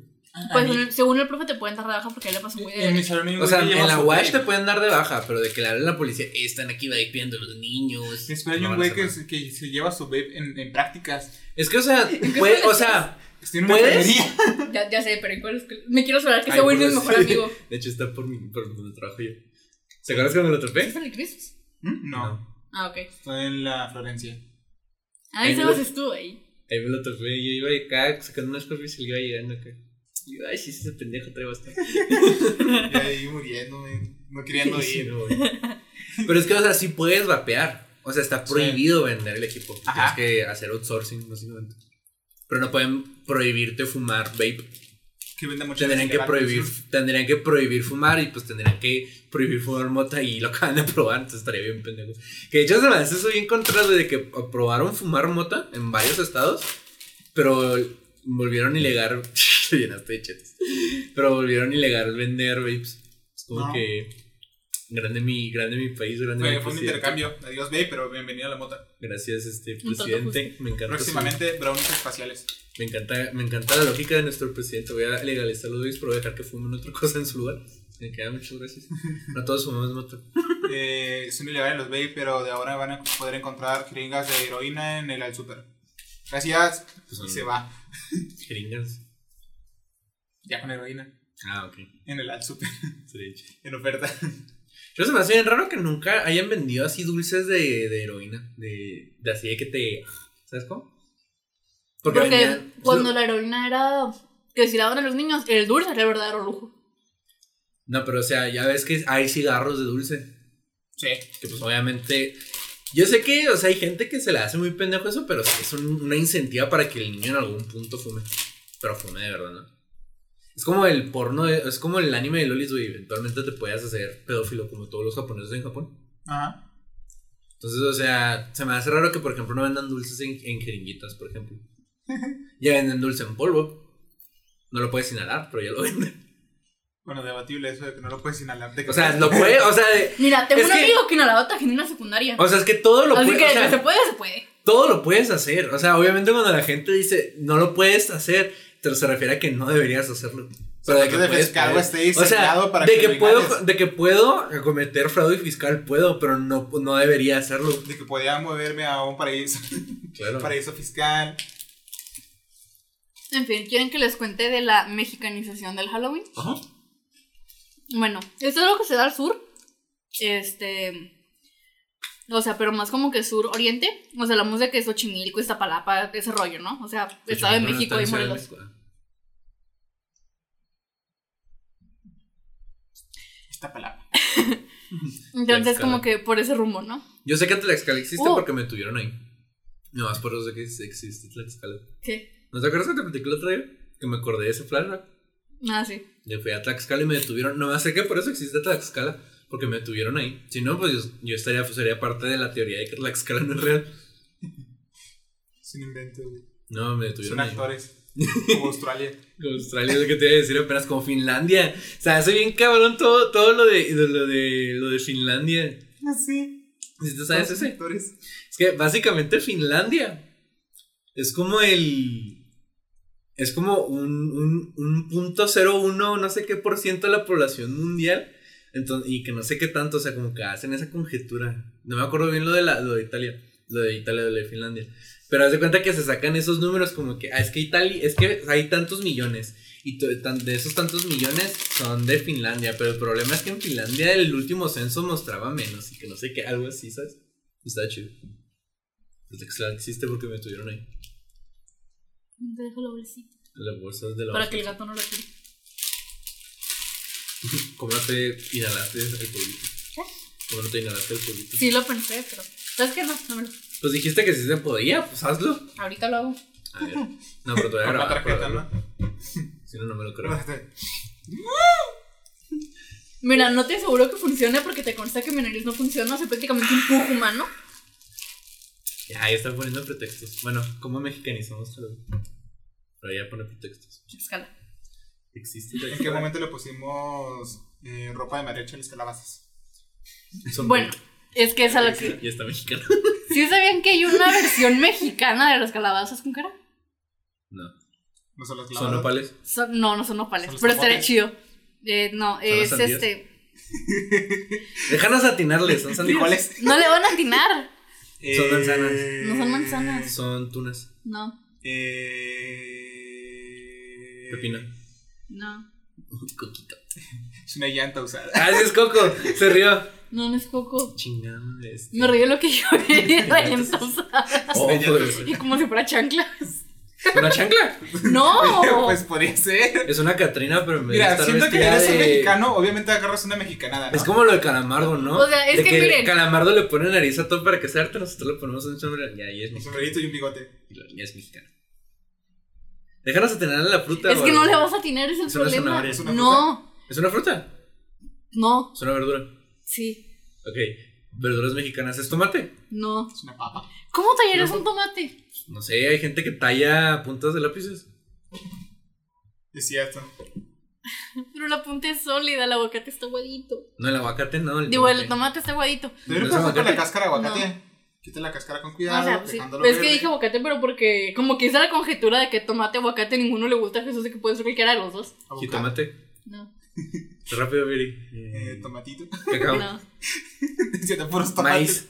Speaker 3: Pues según el- según el profe te pueden dar de baja porque él le pasó muy
Speaker 2: eh, En mi
Speaker 3: de
Speaker 2: salón hay un
Speaker 1: O sea,
Speaker 2: güey que
Speaker 1: en
Speaker 2: lleva
Speaker 1: la
Speaker 2: su
Speaker 1: WASH te
Speaker 2: vape.
Speaker 1: pueden dar de baja, pero de que le hablen a la policía, "Eh, están aquí vapeando los niños.
Speaker 2: Después hay
Speaker 1: No van
Speaker 2: un
Speaker 1: a
Speaker 2: güey
Speaker 1: hacer
Speaker 2: que,
Speaker 1: nada.
Speaker 2: se- que se lleva su vape en, en prácticas.
Speaker 1: Es que, o sea, puede- o sea,
Speaker 2: Tiene una
Speaker 1: ¿Puedes?
Speaker 2: enfermería.
Speaker 3: ya, ya sé, pero en cuál escuela- Me quiero asegurar que
Speaker 1: Ay,
Speaker 3: ese güey no es mi
Speaker 1: por
Speaker 3: mejor
Speaker 1: eso-
Speaker 3: amigo.
Speaker 1: De hecho, está por, mi, por donde trabajo yo. ¿Se acuerdas cuando lo topé?
Speaker 3: ¿Estás en el Crisis?
Speaker 2: ¿Mm? No,
Speaker 3: Ah, ok.
Speaker 2: estoy en la Florencia.
Speaker 3: Ah,
Speaker 1: Ahí
Speaker 3: ese
Speaker 1: lo-
Speaker 3: vas tú ahí.
Speaker 1: Ahí me lo topé y yo iba acá sacando unas copias y le iba llegando acá. Y yo, ay, sí, ese pendejo trae bastante.
Speaker 2: Y ahí muriendo, güey, no queriendo
Speaker 1: Sí,
Speaker 2: ir.
Speaker 1: no, güey. Pero es que, o sea, sí puedes vapear. O sea, está
Speaker 2: Sí.
Speaker 1: prohibido vender el equipo. Tienes
Speaker 2: Ajá.
Speaker 1: que hacer outsourcing, básicamente. Pero no pueden prohibirte fumar vape.
Speaker 2: Que vende mucho.
Speaker 1: Pues Tendrían que prohibir, tendrían que prohibir fumar y pues tendrían que prohibir fumar mota y lo acaban de probar, entonces estaría bien pendejo. Que de hecho se me hace eso bien contra de que aprobaron fumar mota en varios estados, pero volvieron a ilegal, te llenaste de chetos. pero volvieron a ilegal vender vapes. Es como
Speaker 2: No.
Speaker 1: que grande mi, grande mi país, grande mi
Speaker 2: Fue, fue un
Speaker 1: presidente.
Speaker 2: intercambio. Adiós, babe, pero bienvenido a la mota.
Speaker 1: Gracias este
Speaker 3: Un tanto
Speaker 1: presidente, me encanta. su-
Speaker 2: Próximamente, brownies espaciales.
Speaker 1: me encanta, me encanta la lógica de nuestro presidente. Voy a legalizar los vapes, pero voy a dejar que fumen otra cosa en su lugar. Me queda muchas gracias. No todos fumamos mota.
Speaker 2: Eh, son ilegales los babe, pero de ahora van a poder encontrar jeringas de heroína en el al super. Gracias.
Speaker 1: Pues
Speaker 2: Y
Speaker 1: son
Speaker 2: se va.
Speaker 1: jeringas.
Speaker 2: Ya con heroína.
Speaker 1: Ah, ok.
Speaker 2: En el al super.
Speaker 1: Estaría chido.
Speaker 2: En oferta.
Speaker 1: Yo se me hace bien raro que nunca hayan vendido así dulces de, de heroína. De, de así de que te. ¿Sabes cómo?
Speaker 3: Porque,
Speaker 1: vendían-
Speaker 3: cuando la heroína era que si la daban a los niños, el dulce era el verdadero lujo.
Speaker 1: No, pero o sea, ya ves que hay cigarros de dulce.
Speaker 2: Sí.
Speaker 1: Que pues obviamente. Yo sé que, o sea, hay gente que se le hace muy pendejo eso, pero sí es un- una incentiva para que el niño en algún punto fume. Pero fume de verdad, ¿no? Es como el porno, de- es como el anime de Lolis, güey. Eventualmente te puedes hacer pedófilo como todos los japoneses en Japón.
Speaker 2: Ajá.
Speaker 1: Entonces, o sea, se me hace raro que, por ejemplo, no vendan dulces en, en jeringuitas, por ejemplo. Ya venden dulce en polvo. No lo puedes inhalar, pero ya lo venden.
Speaker 2: Bueno, debatible eso de que no lo puedes inhalar. de que-
Speaker 1: O sea, lo puede, o sea, de-
Speaker 3: Mira, tengo
Speaker 1: Es
Speaker 3: un
Speaker 1: que-
Speaker 3: amigo que inhalaba tajina en la secundaria.
Speaker 1: o sea, es que todo lo
Speaker 3: Así
Speaker 1: puede.
Speaker 3: que
Speaker 1: o sea,
Speaker 3: si se puede, se puede.
Speaker 1: todo lo puedes hacer. O sea, obviamente cuando la gente dice no lo puedes hacer, te se refiere a que no deberías hacerlo. Pero de que,
Speaker 2: trato de
Speaker 1: puedes,
Speaker 2: pescar algo
Speaker 1: puedes.
Speaker 2: esté
Speaker 1: o sea,
Speaker 2: este diseñado para
Speaker 1: de
Speaker 2: que
Speaker 1: que,
Speaker 2: lo
Speaker 1: puedo,
Speaker 2: inhales.
Speaker 1: de que puedo cometer fraude fiscal, puedo, pero no, no debería hacerlo.
Speaker 2: De que podía moverme a un paraíso.
Speaker 1: Claro.
Speaker 2: paraíso fiscal.
Speaker 3: En fin, ¿quieren que les cuente de la mexicanización del Halloween?
Speaker 1: Ajá.
Speaker 3: Bueno, esto es algo que se da al sur. Este. O sea, pero más como que sur oriente. O sea, hablamos de que es Ochimilco, Iztapalapa, ese rollo, ¿no? O sea, Estado de
Speaker 1: Bueno,
Speaker 3: México
Speaker 1: está
Speaker 3: y
Speaker 1: en Ciudad de
Speaker 3: Morelos.
Speaker 1: México.
Speaker 2: Esta palabra.
Speaker 3: Entonces,
Speaker 1: Tlaxcala.
Speaker 3: como que por ese rumbo, ¿no?
Speaker 1: Yo sé que Tlaxcala existe
Speaker 3: Uh.
Speaker 1: porque me tuvieron ahí. No, es por eso que existe Tlaxcala.
Speaker 3: ¿Qué?
Speaker 1: ¿No te acuerdas que te platicé el otro día? Que me acordé de ese flashback.
Speaker 3: Ah, sí.
Speaker 1: Le fui a Tlaxcala y me detuvieron. No sé que por eso existe Tlaxcala, porque me detuvieron ahí. Si no, pues yo, yo estaría, pues, sería parte de la teoría de que Tlaxcala no es real.
Speaker 2: Sin invento. güey.
Speaker 1: No, me
Speaker 2: Son
Speaker 1: detuvieron ahí.
Speaker 2: actores. Como Australia.
Speaker 1: Como Australia es lo que te iba a decir apenas como Finlandia. O sea, hace bien cabrón todo, todo lo de, de- lo de lo de Finlandia.
Speaker 2: Sí. pues,
Speaker 1: ¿Sí ¿Tú sabes ese?
Speaker 2: Actores.
Speaker 1: Es que básicamente Finlandia es como el. Es como un, un, un punto cero uno, no sé qué por ciento de la población mundial. Entonces, y que no sé qué tanto, o sea, como que hacen esa conjetura. No me acuerdo bien lo de, la, lo de Italia, lo de Italia, lo de Finlandia. Pero haz de cuenta que se sacan esos números como que, ah, es que Italia, es que hay tantos millones. Y to- tan- de esos tantos millones son de Finlandia. Pero el problema es que en Finlandia el último censo mostraba menos y que no sé qué, algo así, ¿sabes? Está chido. Pues Tlaxcala existe porque me tuvieron ahí.
Speaker 3: Te dejo la bolsita.
Speaker 1: Las bolsas de la
Speaker 3: Para
Speaker 1: basura.
Speaker 3: que el gato no lo tire.
Speaker 1: ¿Cómo no te inhalaste el polvito? ¿Cómo no te inhalaste el polvito?
Speaker 3: Sí lo pensé, pero. ¿Sabes qué? No, no me lo-
Speaker 1: Pues dijiste que si se podía, pues hazlo.
Speaker 3: Ahorita lo hago.
Speaker 1: A ver. No, pero te voy a
Speaker 2: Con la
Speaker 1: grabar.
Speaker 2: tarjeta,
Speaker 1: para
Speaker 2: ¿no?
Speaker 1: verlo. Si no, no me lo creo.
Speaker 3: Mira, no te aseguro que funcione porque te consta que mi nariz no funciona. Soy prácticamente un pujo humano.
Speaker 1: Ya, ya están poniendo pretextos. Bueno, ¿cómo mexicanizamos todo? Pero ya pone pretextos.
Speaker 3: Escala.
Speaker 1: Existe.
Speaker 2: ¿En qué momento le pusimos eh, ropa de mariachi a las calabazas?
Speaker 1: Son
Speaker 3: Bueno, es que es a lo
Speaker 1: Sí,
Speaker 3: que.
Speaker 1: Ya está mexicano.
Speaker 3: ¿Sí sabían que hay una versión mexicana de las calabazas con cara?
Speaker 1: No.
Speaker 2: No son las
Speaker 1: Son
Speaker 2: calabazas.
Speaker 1: nopales.
Speaker 3: Son- no, no son nopales,
Speaker 2: Son los
Speaker 3: pero estaría
Speaker 2: zapotes.
Speaker 3: chido. Eh, no, es
Speaker 1: sandías.
Speaker 3: este.
Speaker 1: Déjanos atinarles. Son sandías.
Speaker 2: ¿Cuáles?
Speaker 3: No le van a atinar.
Speaker 1: Son manzanas.
Speaker 3: No son manzanas.
Speaker 1: Son tunas.
Speaker 3: No,
Speaker 2: Eh,
Speaker 1: Pepino.
Speaker 3: no.
Speaker 1: Coquito.
Speaker 2: Es una llanta usada.
Speaker 1: Ah, sí es coco. Se rió.
Speaker 3: No, no es coco.
Speaker 1: Chingada. es-
Speaker 3: Me reí de lo que yo vi. entonces,
Speaker 1: Oh, pues,
Speaker 3: y como si fuera chanclas.
Speaker 1: una chancla.
Speaker 3: No.
Speaker 2: pues podría ser.
Speaker 1: Es una Catrina, pero en vez de
Speaker 2: Mira,
Speaker 1: estar
Speaker 2: siento que
Speaker 1: vestida
Speaker 2: eres un
Speaker 1: este de-
Speaker 2: mexicano, obviamente agarras una mexicanada. ¿no?
Speaker 1: Es como lo de Calamardo, ¿no?
Speaker 3: O sea, es
Speaker 1: de
Speaker 3: que miren.
Speaker 1: Calamardo le pone nariz a todo para que sea arte, nosotros le ponemos un sombrero. Ya, ya es
Speaker 2: Un
Speaker 1: mexicano.
Speaker 2: sombrerito y un bigote.
Speaker 1: Ya es mexicano. Déjanos atinar a la fruta.
Speaker 3: Es que no
Speaker 1: Bárbara.
Speaker 3: le vas a atinar, es el
Speaker 1: Es una
Speaker 3: problema.
Speaker 1: zanahoria.
Speaker 2: Es una
Speaker 3: No,
Speaker 1: ¿Es una fruta?
Speaker 3: no,
Speaker 1: Es una verdura.
Speaker 3: sí,
Speaker 1: Ok. Verduras mexicanas. ¿Es tomate?
Speaker 3: no.
Speaker 2: Es una papa.
Speaker 3: ¿Cómo talleres un tomate?
Speaker 1: No sé, hay gente que talla puntas de lápices.
Speaker 2: Es cierto.
Speaker 3: Pero la punta es sólida, el aguacate está aguadito.
Speaker 1: No, el aguacate no. El
Speaker 3: Digo, el
Speaker 1: tomate.
Speaker 3: tomate está aguadito.
Speaker 2: Pero
Speaker 1: ¿No
Speaker 2: no
Speaker 1: es
Speaker 2: pasó con
Speaker 1: aguacate?
Speaker 2: la cáscara de aguacate. Quita la cáscara con
Speaker 3: O
Speaker 2: cuidado.
Speaker 3: sea, sí.
Speaker 2: dejándolo
Speaker 3: Es que
Speaker 2: verde.
Speaker 3: dije aguacate, pero porque como que hice la conjetura de que tomate, aguacate, ninguno le gusta a Jesús y que puede ser cualquiera de los dos.
Speaker 2: Aguacate.
Speaker 1: Jitomate.
Speaker 3: No,
Speaker 1: Rápido, Viri. Eh,
Speaker 2: Eh, tomatito.
Speaker 1: cacao.
Speaker 3: no,
Speaker 2: Siento puros tomates.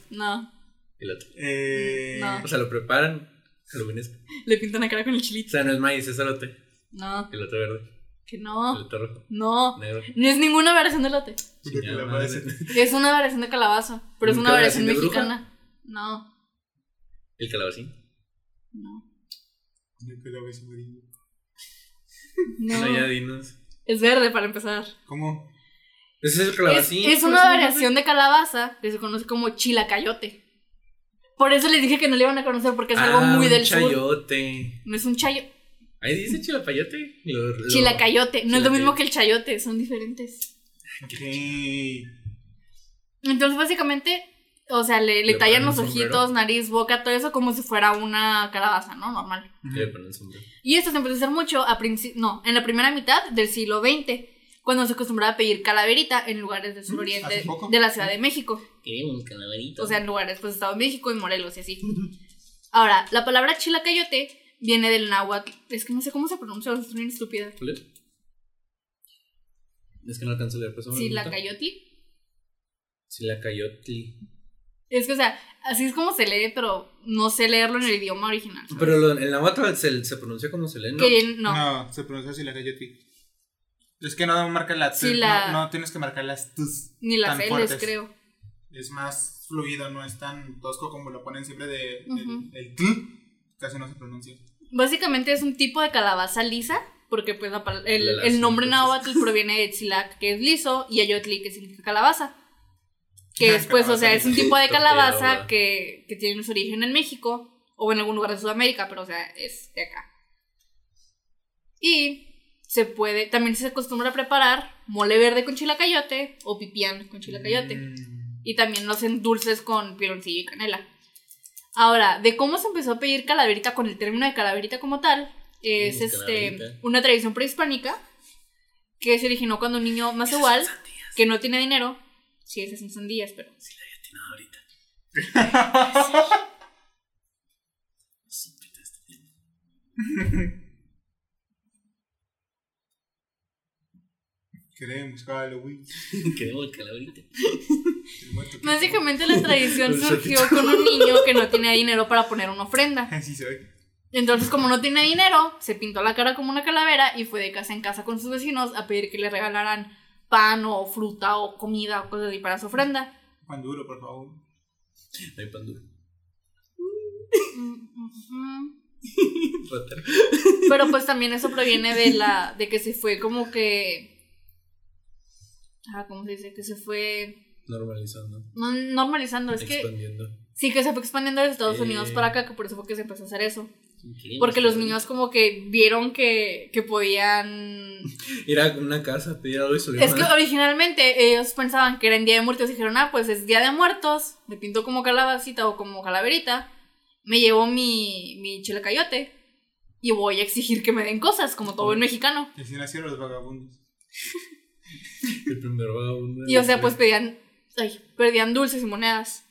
Speaker 1: Maíz.
Speaker 3: no.
Speaker 1: Elote.
Speaker 2: Eh,
Speaker 3: No.
Speaker 1: O sea, lo preparan. se lo vienes-
Speaker 3: Le pintan la cara con el
Speaker 1: O
Speaker 3: chilito.
Speaker 1: sea, no es maíz, es elote.
Speaker 3: No,
Speaker 1: Elote verde.
Speaker 3: que no,
Speaker 1: Elote rojo.
Speaker 3: no.
Speaker 1: Negro.
Speaker 3: No es ninguna variación de lote.
Speaker 2: Porque te la parece.
Speaker 3: Es una variación de calabaza, pero es una
Speaker 1: ¿Nunca
Speaker 3: variación
Speaker 1: variación de bruja?
Speaker 3: mexicana. No,
Speaker 1: El calabacín.
Speaker 3: no,
Speaker 2: Yo creo que es amarillo.
Speaker 1: No, ya
Speaker 3: no.
Speaker 1: dinos.
Speaker 3: Es verde para empezar.
Speaker 2: ¿Cómo?
Speaker 1: Ese es el
Speaker 3: Es,
Speaker 1: calabacín. pues.
Speaker 3: es una variación de calabaza que se conoce como chilacayote. Por eso les dije que no le iban a conocer porque es algo
Speaker 1: Ah,
Speaker 3: muy
Speaker 1: un
Speaker 3: del sur.
Speaker 1: chayote.
Speaker 3: No es un chayo,
Speaker 1: Ahí dice chilapayote. Lo- lo-
Speaker 3: chilacayote. No es lo
Speaker 1: Chilacayote.
Speaker 3: mismo que el chayote, son diferentes.
Speaker 2: Ok.
Speaker 3: Entonces, básicamente, o sea, le, le
Speaker 1: Le
Speaker 3: tallan
Speaker 1: ponen
Speaker 3: los
Speaker 1: un sombrero.
Speaker 3: ojitos, nariz, boca, todo eso como si fuera una calabaza, ¿no? Normal.
Speaker 1: Le ponen sombrero.
Speaker 3: Y esto se empezó a hacer mucho a princi- no, en la primera mitad del siglo XX, cuando se acostumbraba a pedir calaverita en lugares
Speaker 1: Mm,
Speaker 3: del suroriente
Speaker 2: hace poco.
Speaker 3: de la Ciudad de México.
Speaker 4: Queremos calaverito.
Speaker 3: O sea, en lugares, pues, Estado de México y Morelos y así. Ahora, la palabra chilacayote viene del náhuatl. Es que no sé cómo se pronuncia, es una estúpida.
Speaker 1: ¿Cuál es? Es que no alcanzo a leer, pues. un momento.
Speaker 3: Chilacayote.
Speaker 1: Chilacayotli.
Speaker 3: Es que, o sea, así es como se lee, pero no sé leerlo en el idioma original. ¿sabes?
Speaker 1: Pero lo, el náhuatl se, se pronuncia como se lee, ¿no?
Speaker 3: Que no.
Speaker 2: No. se pronuncia así la galleti. Es que no marca la T.
Speaker 3: Sí, la-
Speaker 2: No, no tienes que marcar las tus.
Speaker 3: Ni las
Speaker 2: tan
Speaker 3: L's,
Speaker 2: fuertes.
Speaker 3: creo.
Speaker 2: Es más fluido, no es tan tosco como lo ponen siempre de, del-
Speaker 3: Ujú.
Speaker 2: el T. Casi no se pronuncia.
Speaker 3: Básicamente es un tipo de calabaza lisa, porque pues la pal- el,
Speaker 1: La laza,
Speaker 3: el nombre
Speaker 1: entonces.
Speaker 3: náhuatl proviene de tzilac, que es liso, y ayotli, que significa calabaza. Que
Speaker 2: Ah,
Speaker 3: es pues, o
Speaker 2: calabaza
Speaker 3: sea, es un tipo de
Speaker 1: Tortilla,
Speaker 3: calabaza
Speaker 1: ¿verdad?
Speaker 3: que, que tiene su origen en México, o en algún lugar de Sudamérica, pero o sea, es de acá. Y se puede, también se acostumbra a preparar mole verde con chilacayote, o pipián con chilacayote.
Speaker 2: Mm.
Speaker 3: Y también los hacen dulces con pironcillo y canela. Ahora, de cómo se empezó a pedir calaverita con el término de calaverita como tal, es
Speaker 4: Mm,
Speaker 3: este,
Speaker 4: calaverita.
Speaker 3: una tradición prehispánica que se originó cuando un niño más igual, que no tiene dinero, sí, esas son sandías, pero...
Speaker 1: No, ahorita.
Speaker 2: Queremos Halloween.
Speaker 4: Queremos calaverito.
Speaker 2: El muerto que-
Speaker 3: Básicamente la tradición
Speaker 1: El
Speaker 3: surgió con un niño que no tenía dinero para poner una ofrenda.
Speaker 2: Sí, soy.
Speaker 3: Entonces, como no tenía dinero, se pintó la cara como una calavera y fue de casa en casa con sus vecinos a pedir que le regalaran pan o fruta o comida o cosas así para su ofrenda.
Speaker 2: Juan Duro, por favor.
Speaker 1: No hay pan duro.
Speaker 3: Mm, ujú.
Speaker 1: Rotter.
Speaker 3: Pero pues también eso proviene de la. de que se fue como que. Ah, ¿cómo se dice? Que se fue.
Speaker 1: Normalizando.
Speaker 3: no- normalizando. Es que.
Speaker 1: expandiendo.
Speaker 3: Sí, que se fue expandiendo desde Estados Unidos
Speaker 1: Eh.
Speaker 3: para acá, que por eso fue que se empezó a hacer eso.
Speaker 4: Increíble.
Speaker 3: Porque los niños como que vieron que, que podían...
Speaker 1: Ir a una casa, pedir algo y subir
Speaker 3: Es que
Speaker 1: una-
Speaker 3: originalmente ellos pensaban que era en Día de Muertos y dijeron, ah, pues es Día de Muertos, me pinto como calabacita o como calaverita, me llevo mi, mi chelacayote y voy a exigir que me den cosas, como todo buen mexicano.
Speaker 2: Y así nacieron los vagabundos.
Speaker 1: El primer vagabundo.
Speaker 3: Y o sea, pues pedían, ay, perdían dulces y monedas,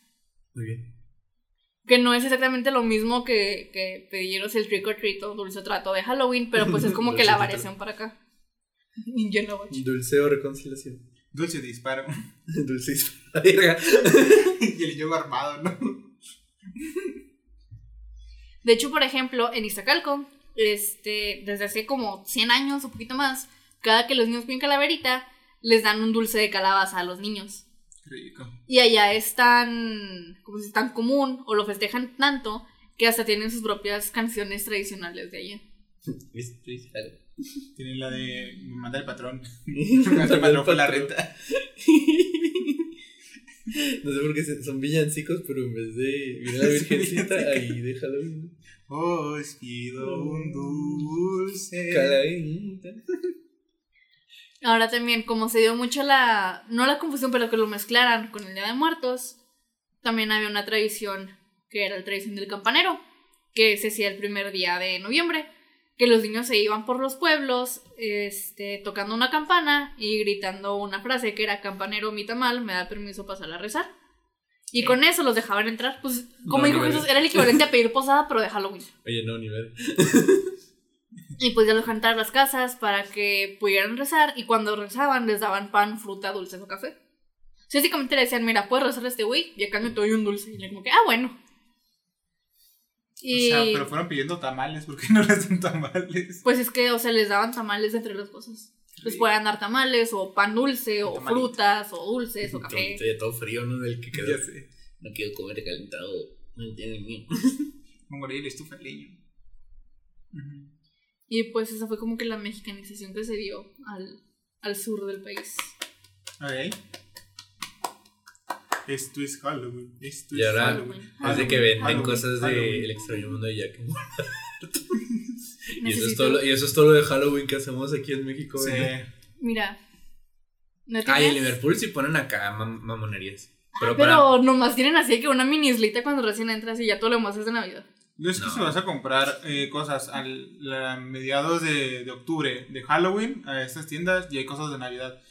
Speaker 1: Muy bien.
Speaker 3: que no es exactamente lo mismo que, que pediros el trick or treat o dulce o trato de Halloween, pero pues es como que
Speaker 1: Dulce
Speaker 3: la
Speaker 1: o trato.
Speaker 3: variación para acá. Yo no voy.
Speaker 1: Dulce o reconciliación.
Speaker 2: Dulce disparo.
Speaker 1: Dulce y la verga.
Speaker 2: y el yogo armado, ¿no?
Speaker 3: De hecho, por ejemplo, en Iztacalco, este, desde hace como 100 años o poquito más, cada que los niños piden calaverita, les dan un dulce de calabaza a los niños.
Speaker 2: Rico.
Speaker 3: Y allá es tan, como si es tan común o lo festejan tanto que hasta tienen sus propias canciones tradicionales de allá.
Speaker 4: Es- es algo.
Speaker 2: Tienen la de. Me manda el patrón. Me manda el patrón por la
Speaker 1: no
Speaker 2: renta.
Speaker 1: sé por qué se- son villancicos, pero en vez de ir a la virgencita, ahí déjalo.
Speaker 2: Os Oh, pido un dulce.
Speaker 1: Calaverita.
Speaker 3: Ahora también, como se dio mucho la, no la confusión, pero que lo mezclaran con el Día de Muertos, también había una tradición que era la tradición del campanero, que se hacía el primer día de noviembre, que los niños se iban por los pueblos, este, tocando una campana y gritando una frase que era campanero mi tamal, me da permiso pasar a rezar. Y con eso los dejaban entrar, pues como
Speaker 1: No,
Speaker 3: dijo
Speaker 1: niveles.
Speaker 3: Jesús, era el equivalente a pedir posada, pero de Halloween.
Speaker 1: Oye, no, ni ver.
Speaker 3: Y pues ya los dejaban entrar a las casas para que pudieran rezar. Y cuando rezaban, les daban pan, fruta, dulces o café. Sí, básicamente le decían, mira, puedes rezar a este güey y a cambio te doy un dulce. Y le como que, ah, bueno. Y
Speaker 2: O sea, pero fueron pidiendo tamales. ¿Por qué no les dan tamales?
Speaker 3: pues es que, o sea, les daban tamales entre las cosas. Les
Speaker 2: Sí.
Speaker 3: podían dar tamales o pan dulce o
Speaker 2: Tamalito.
Speaker 3: frutas o dulces o café.
Speaker 4: Ahorita ya todo frío, ¿no? Del que quedó.
Speaker 2: Ya sé.
Speaker 4: No quiero comer calentado. No entiendo el mío.
Speaker 2: Mongolia y la estufa de leño. Ujú.
Speaker 3: Y pues esa fue como que la mexicanización que se dio al, al sur del país.
Speaker 2: Ok. Esto es Halloween. Esto
Speaker 1: Y
Speaker 2: es
Speaker 1: ahora-
Speaker 2: Halloween.
Speaker 1: Es de que venden
Speaker 2: Halloween,
Speaker 1: cosas
Speaker 2: Halloween.
Speaker 1: del extraño mundo de Jack. Y eso, es
Speaker 3: Necesito-
Speaker 1: todo lo, y eso es todo lo de Halloween que hacemos aquí en México. ¿eh?
Speaker 2: Sí.
Speaker 1: ¿verdad?
Speaker 3: Mira. ¿no
Speaker 1: Ah, y en
Speaker 3: tienes?
Speaker 1: Liverpool sí ponen acá mam- mamonerías. Pero,
Speaker 3: Ah, Pero
Speaker 1: para-
Speaker 3: nomás tienen así que una mini islita cuando recién entras y ya todo lo demás es de Navidad.
Speaker 2: No es que
Speaker 1: No.
Speaker 2: si vas a comprar eh, cosas a mediados de, de octubre, de Halloween, a estas tiendas y hay cosas de Navidad.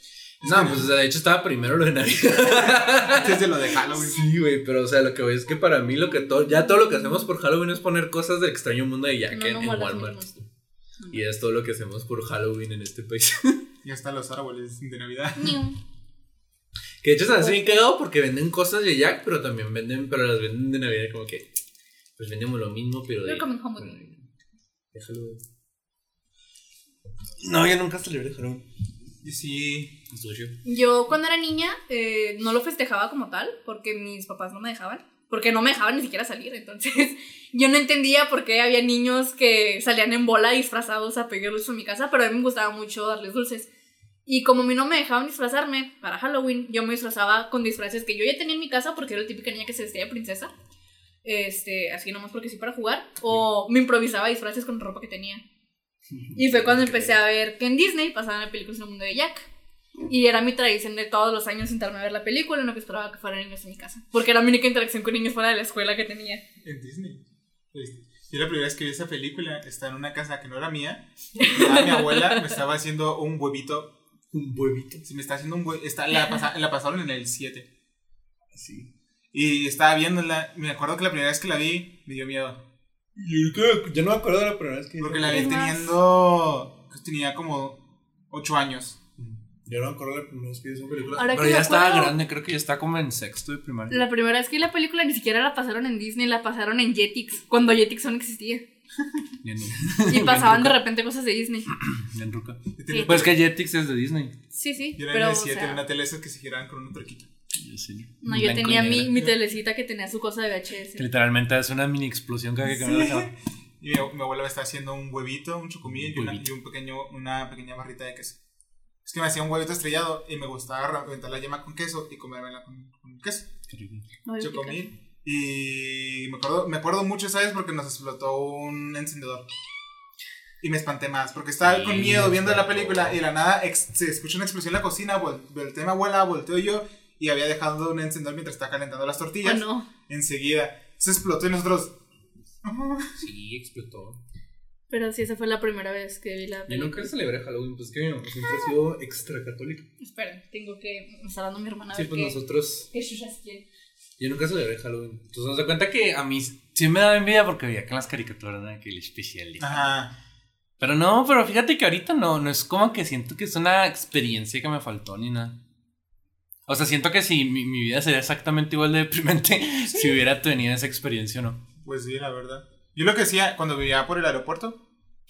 Speaker 1: No, pues o sea, de hecho estaba primero lo de Navidad.
Speaker 2: Antes de lo de
Speaker 3: Ah,
Speaker 2: Halloween.
Speaker 1: Sí, güey, pero o sea, lo que voy es que para mí lo que todo, ya todo lo que hacemos por Halloween es poner cosas del extraño mundo de Jack
Speaker 3: No,
Speaker 1: en,
Speaker 3: no
Speaker 1: en
Speaker 3: muerdas,
Speaker 1: Walmart.
Speaker 3: no,
Speaker 1: Y es todo lo que hacemos por Halloween en este país.
Speaker 2: Y hasta los árboles de Navidad.
Speaker 3: Niu.
Speaker 1: que de hecho se me hace
Speaker 3: Pues
Speaker 1: bien cagado porque venden cosas de Jack, pero también venden, pero las venden de Navidad como que, pues vendemos lo mismo, pero de...
Speaker 3: Pero comen jamón.
Speaker 1: de Halloween. No, yo nunca celebré Halloween.
Speaker 2: Y sí,
Speaker 1: Sucio.
Speaker 3: Yo cuando era niña eh, no lo festejaba como tal porque mis papás no me dejaban. Porque no me dejaban ni siquiera salir. Entonces yo no entendía por qué había niños que salían en bola disfrazados a pedir dulces en mi casa, pero a mí me gustaba mucho darles dulces. Y como a mí no me dejaban disfrazarme para Halloween, yo me disfrazaba con disfraces que yo ya tenía en mi casa porque era la típica niña que se vestía de princesa. Este, así nomás porque sí para jugar. O me improvisaba disfraces con ropa que tenía. Y fue cuando empecé a ver que en Disney pasaban las películas en el mundo de Jack. Y era mi tradición de todos los años sentarme a ver la película, en lo que esperaba que fueran niños en mi casa. Porque era mi única interacción con niños fuera de la escuela que tenía.
Speaker 2: en Disney. Este, Yo la primera vez que vi esa película estaba en una casa que no era mía. Estaba mi abuela me estaba haciendo un huevito.
Speaker 1: Un huevito.
Speaker 2: Se me está haciendo un hue- está- la, pasa- la pasaron en el 7.
Speaker 1: Así.
Speaker 2: Y estaba viéndola. Me acuerdo que la primera vez que la vi me dio miedo.
Speaker 1: Yo no me acuerdo de la primera vez que...
Speaker 2: Porque la vi
Speaker 3: Es más-
Speaker 2: teniendo. pues, Tenía como 8 años.
Speaker 1: Yo no me acuerdo de la primera vez que vi esa película.
Speaker 3: Ahora
Speaker 1: pero
Speaker 3: que
Speaker 1: ya
Speaker 3: me
Speaker 1: estaba
Speaker 3: acuerdo-
Speaker 1: grande, creo que ya está como en sexto de primaria.
Speaker 3: La primera vez que vi la película ni siquiera la pasaron en Disney, la pasaron en Jetix, cuando Jetix aún existía.
Speaker 1: Ya ni-
Speaker 3: Y pasaban de repente cosas de Disney.
Speaker 1: ya en ruca.
Speaker 2: Yo tenía-
Speaker 1: Pues que Jetix es de Disney.
Speaker 3: Sí, sí,
Speaker 2: Yo era
Speaker 3: pero
Speaker 2: en
Speaker 3: o
Speaker 2: el 7,
Speaker 3: sea,
Speaker 2: una tele esas que se giraban con una perquita.
Speaker 3: no, yo
Speaker 1: Blanco y
Speaker 3: tenía mi,
Speaker 1: negro.
Speaker 3: mi telecita que tenía su cosa de VHS.
Speaker 1: Que literalmente es una mini explosión cada que cambiaba la cámara.
Speaker 2: Y Y mi, mi abuela está haciendo un huevito, un chocomil y, una,
Speaker 1: Huevito.
Speaker 2: y un pequeño, una pequeña barrita de queso. Es que me hacía un huevito estrellado y me gustaba reventar la yema con queso y comérmela con, con queso.
Speaker 3: No, es picante.
Speaker 2: Chocomil. Y me acuerdo, me acuerdo mucho, ¿sabes? Porque nos explotó un encendedor. Y me espanté más, porque estaba
Speaker 4: Sí,
Speaker 2: con miedo viendo la
Speaker 4: explotó.
Speaker 2: película y de la nada ex- se escucha una explosión en la cocina, vol- volteé a mi abuela, volteo yo y había dejado un encendedor mientras estaba calentando las
Speaker 3: Ah,
Speaker 2: tortillas.
Speaker 3: no.
Speaker 2: Enseguida se explotó y nosotros... "Ah".
Speaker 1: Sí, explotó.
Speaker 3: Pero sí, esa fue la primera vez que vi la
Speaker 1: Yo nunca celebré Halloween, pues que mi mamá siempre ha sido extracatólica.
Speaker 3: Esperen, tengo que. Me está dando mi hermana. a
Speaker 1: Sí,
Speaker 3: ver
Speaker 1: pues
Speaker 3: qué-
Speaker 1: nosotros.
Speaker 3: qué chuchas quiere.
Speaker 1: Yo nunca celebré Halloween. Entonces nos da cuenta que a mí sí me daba envidia porque veía que en las caricaturas eran que el especial.
Speaker 2: Ajá.
Speaker 1: Pero no, pero fíjate que ahorita no, no es como que siento que es una experiencia que me faltó ni nada. O sea, siento que si mi, mi vida sería exactamente igual de deprimente si hubiera tenido esa experiencia o no.
Speaker 2: Pues sí, la verdad. Yo lo que hacía cuando vivía por el aeropuerto.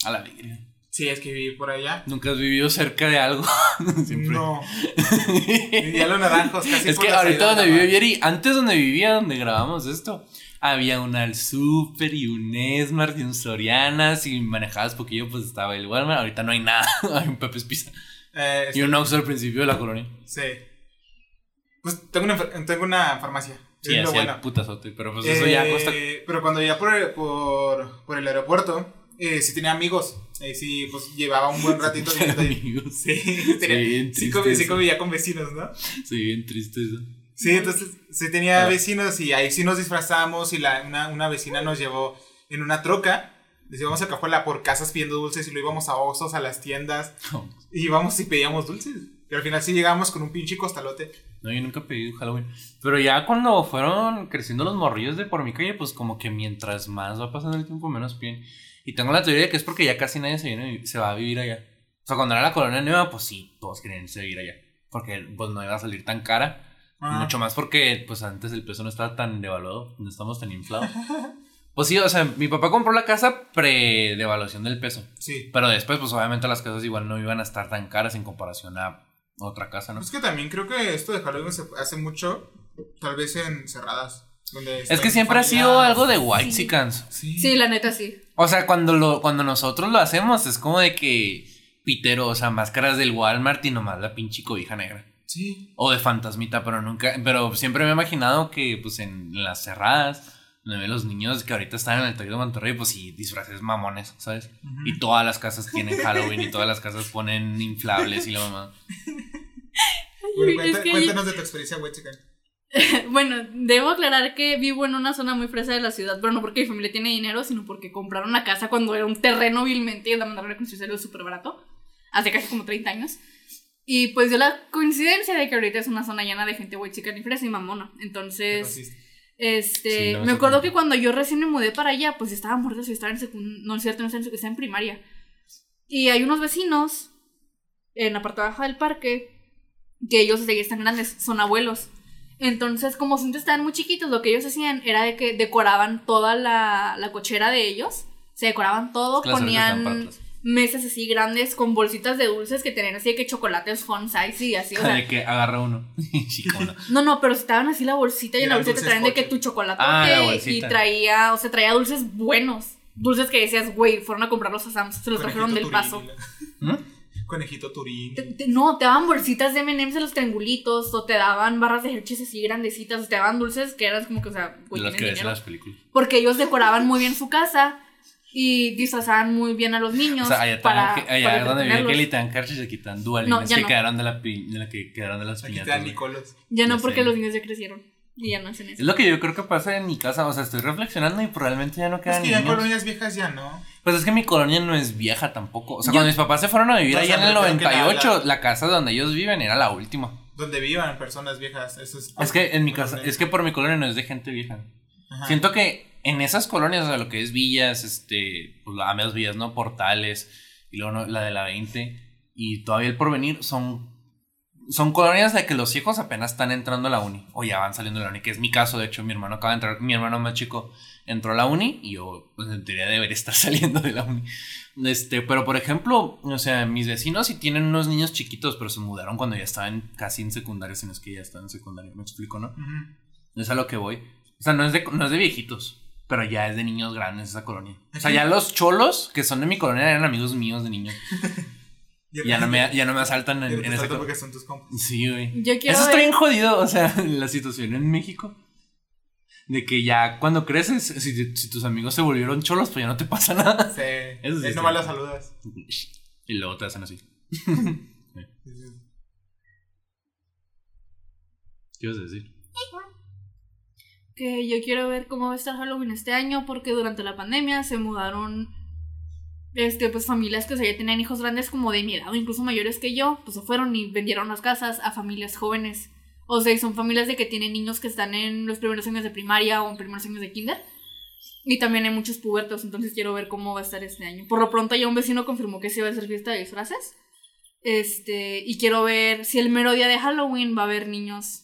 Speaker 1: A la alegría.
Speaker 2: Sí, es que viví por allá.
Speaker 1: Nunca has vivido cerca de algo. Siempre.
Speaker 2: No. Vivía en los naranjos, casi
Speaker 1: es
Speaker 2: por
Speaker 1: que
Speaker 2: la
Speaker 1: ahorita
Speaker 2: salida
Speaker 1: donde
Speaker 2: de la
Speaker 1: vive Vieri, antes donde vivía, donde grabamos esto, había un al super y un Esmart y un Soriana. Si manejabas poquillo, pues estaba el Walmart. Ahorita no hay nada. hay un Pepe's Pizza.
Speaker 2: Eh,
Speaker 1: Y un Oxxo al principio de la colonia.
Speaker 2: Sí. Pues tengo una, enfer- tengo una farmacia.
Speaker 1: Sí,
Speaker 2: es lo
Speaker 1: hacía
Speaker 2: bueno.
Speaker 1: el putazote, pero pues eso ya
Speaker 2: Eh,
Speaker 1: cuesta
Speaker 2: Pero cuando iba por el, por, por el aeropuerto, eh, sí tenía amigos. Eh, sí, pues llevaba un buen ratito viviendo ahí.
Speaker 1: amigos.
Speaker 2: Sí, tenía-
Speaker 1: bien
Speaker 2: sí,
Speaker 1: triste
Speaker 2: convi- sí
Speaker 1: eso.
Speaker 2: convivía con vecinos, ¿no?
Speaker 1: Sí, bien triste eso.
Speaker 2: Sí, entonces sí tenía
Speaker 1: Ah.
Speaker 2: vecinos y ahí sí nos disfrazamos y la, una, una vecina nos llevó en una troca. Les íbamos a Cajuela por casas pidiendo dulces y lo íbamos a osos, a las tiendas. Y íbamos y pedíamos dulces. Pero al final sí llegábamos con un pinche costalote.
Speaker 1: No, yo nunca he pedido Halloween. Pero ya cuando fueron creciendo los morrillos de por mi calle, pues como que mientras más va pasando el tiempo, menos bien. Y tengo la teoría de que es porque ya casi nadie se, viene, a vivi- se va a vivir allá. O sea, cuando era la colonia nueva, pues sí, todos querían irse a vivir allá. Porque pues no iba a salir tan cara.
Speaker 2: Ah.
Speaker 1: Mucho más porque pues antes el peso no estaba tan devaluado, no estamos tan inflados. pues sí, o sea, mi papá compró la casa pre-devaluación del peso.
Speaker 2: Sí.
Speaker 1: Pero después, pues obviamente las casas igual no iban a estar tan caras en comparación a otra casa, ¿no?
Speaker 3: Pues,
Speaker 2: Es que también creo que esto de Halloween se hace mucho, tal vez en cerradas. Donde
Speaker 1: Es que siempre ha sido
Speaker 3: ah,
Speaker 1: algo de white
Speaker 2: Sí.
Speaker 3: Sí, la neta sí.
Speaker 1: O sea, cuando, lo, cuando nosotros lo hacemos es como de que pitero, o sea, máscaras del Walmart y nomás la pinche cobija negra.
Speaker 2: Sí.
Speaker 1: O de fantasmita, pero nunca, pero siempre me he imaginado que pues en las cerradas, donde ven los niños que ahorita están en el Taller de Monterrey, pues sí, disfraces mamones, ¿sabes? Y todas las casas tienen Halloween y todas las casas ponen inflables y la mamá.
Speaker 2: Bueno,
Speaker 3: Es
Speaker 2: cuenta-
Speaker 3: que-
Speaker 2: Cuéntanos de tu experiencia, güey, chica.
Speaker 3: Bueno, debo aclarar que vivo en una zona muy fresa de la ciudad, pero no porque mi familia tiene dinero, sino porque compraron la casa cuando era un terreno vilmente y la mandaron a construirse algo súper barato, hace casi como 30 años. Y pues dio la coincidencia de que ahorita es una zona llena de gente güey chica ni fresa y mamona. Entonces,
Speaker 2: Racista.
Speaker 1: Sí,
Speaker 3: este,
Speaker 1: no,
Speaker 3: me
Speaker 1: eso
Speaker 3: acuerdo
Speaker 1: también.
Speaker 3: que cuando yo recién me mudé para allá, pues estaba muerta, si estaba en secundaria, no es cierto, no sé, que estaba en primaria. Y hay unos vecinos en la parte baja del parque que ellos desde ya están grandes, son abuelos. Entonces, como siempre estaban muy chiquitos, lo que ellos hacían era de que decoraban toda la, la cochera de ellos. Se decoraban todo,
Speaker 1: Las orejas están para
Speaker 3: ponían
Speaker 1: atrás.
Speaker 3: mesas así grandes con bolsitas de dulces que tenían así de que chocolates font size y así. O sea,
Speaker 1: de que agarra uno. Chico, no.
Speaker 3: no, no, pero estaban así la bolsita y en la
Speaker 2: Eran
Speaker 3: bolsita te
Speaker 2: dulces
Speaker 3: traían de que
Speaker 2: pochos.
Speaker 3: tu chocolate
Speaker 1: Ah, la
Speaker 3: ok, y
Speaker 1: bolsita.
Speaker 3: traía, o sea, traía dulces buenos. Dulces que decías, güey, fueron a comprarlos a Sam's, se los trajeron del
Speaker 2: Conejito
Speaker 3: paso.
Speaker 2: Turín,
Speaker 1: ¿Mm?
Speaker 2: Conejito Turín.
Speaker 3: Te- te- no, te daban bolsitas de M&M's en los triangulitos, o te daban barras de Hershey's así grandecitas, o te daban dulces que eran como que, o sea,
Speaker 1: De
Speaker 3: güey,
Speaker 1: los
Speaker 3: tienen
Speaker 1: que ves en
Speaker 3: dinero.
Speaker 1: las películas.
Speaker 3: Porque ellos decoraban muy bien su casa y disfrazaban muy bien a los niños.
Speaker 1: O sea, allá,
Speaker 3: para,
Speaker 1: también- allá
Speaker 3: para
Speaker 1: donde vive
Speaker 3: entretenerlos.
Speaker 1: Kelly te dan carches y aquí te dan dualines
Speaker 3: No, ya
Speaker 1: que,
Speaker 3: no.
Speaker 1: quedaron de la pi- de la que quedaron de las
Speaker 2: Aquí te
Speaker 1: piñatas.
Speaker 2: dan
Speaker 1: güey.
Speaker 2: Nicolos.
Speaker 3: Ya no,
Speaker 1: Ya
Speaker 3: porque
Speaker 1: sé.
Speaker 3: los niños ya crecieron y ya no hacen
Speaker 1: Es
Speaker 3: eso.
Speaker 1: lo que yo creo que pasa en mi casa. O sea, estoy reflexionando y probablemente ya no
Speaker 2: Es
Speaker 1: quedan
Speaker 2: que ya en
Speaker 1: niños.
Speaker 2: colonias viejas ya no.
Speaker 1: Pues es que mi colonia no es vieja tampoco. O sea,
Speaker 3: Yo-
Speaker 1: cuando mis papás se fueron a vivir
Speaker 2: No, o
Speaker 1: allá
Speaker 2: sea,
Speaker 1: en el
Speaker 2: me refiero que la-
Speaker 1: 98, la,
Speaker 2: la-
Speaker 1: casa donde ellos viven era la última.
Speaker 2: Donde vivan personas viejas. Eso es,
Speaker 1: Es que en mi casa,
Speaker 2: Colonia.
Speaker 1: es que por mi colonia no es de gente vieja.
Speaker 2: Ajá.
Speaker 1: Siento que en esas colonias, o sea, lo que es Villas, este, pues la Ameos Villas, ¿no? Portales, y luego no- la de la 20, y todavía el porvenir, son, son colonias de que los hijos apenas están entrando a la uni, o ya van saliendo de la uni, que es mi caso, de hecho, mi hermano acaba de entrar, mi hermano más chico entró a la uni, y yo, pues en teoría debería estar saliendo de la uni. Este, pero por ejemplo, o sea, mis vecinos sí tienen unos niños chiquitos, pero se mudaron cuando ya estaban casi en secundaria, si no es que ya están en secundaria, me explico, ¿no?
Speaker 2: Ujú.
Speaker 1: Es a lo que voy. O sea, no es de, no es de viejitos. Pero ya es de niños grandes esa colonia. O sea, ya los cholos que son de mi colonia eran amigos míos de niños. Ya no me, ya no me asaltan en, en esa
Speaker 2: ese
Speaker 1: colonia.
Speaker 2: porque son tus compas.
Speaker 1: Sí, güey.
Speaker 3: Yo quiero
Speaker 1: Eso está
Speaker 3: ver-
Speaker 1: bien jodido. O sea, la situación en México. De que ya cuando creces, si, si tus amigos se volvieron cholos, pues ya no te pasa nada.
Speaker 2: Sí.
Speaker 1: Eso sí
Speaker 2: es
Speaker 1: es
Speaker 2: nomás
Speaker 1: cierto.
Speaker 2: las saludas.
Speaker 1: Y luego te hacen así.
Speaker 2: Sí, sí.
Speaker 1: ¿Qué ibas a decir?
Speaker 3: que yo quiero ver cómo va a estar Halloween este año porque durante la pandemia se mudaron este pues familias que o sea, ya tenían hijos grandes como de mi edad o incluso mayores que yo, pues se fueron y vendieron las casas a familias jóvenes. O sea, y son familias de que tienen niños que están en los primeros años de primaria o en primeros años de kinder. Y también hay muchos pubertos, entonces quiero ver cómo va a estar este año. Por lo pronto ya un vecino confirmó que se va a hacer fiesta de disfraces. Este, y quiero ver si el mero día de Halloween va a haber niños.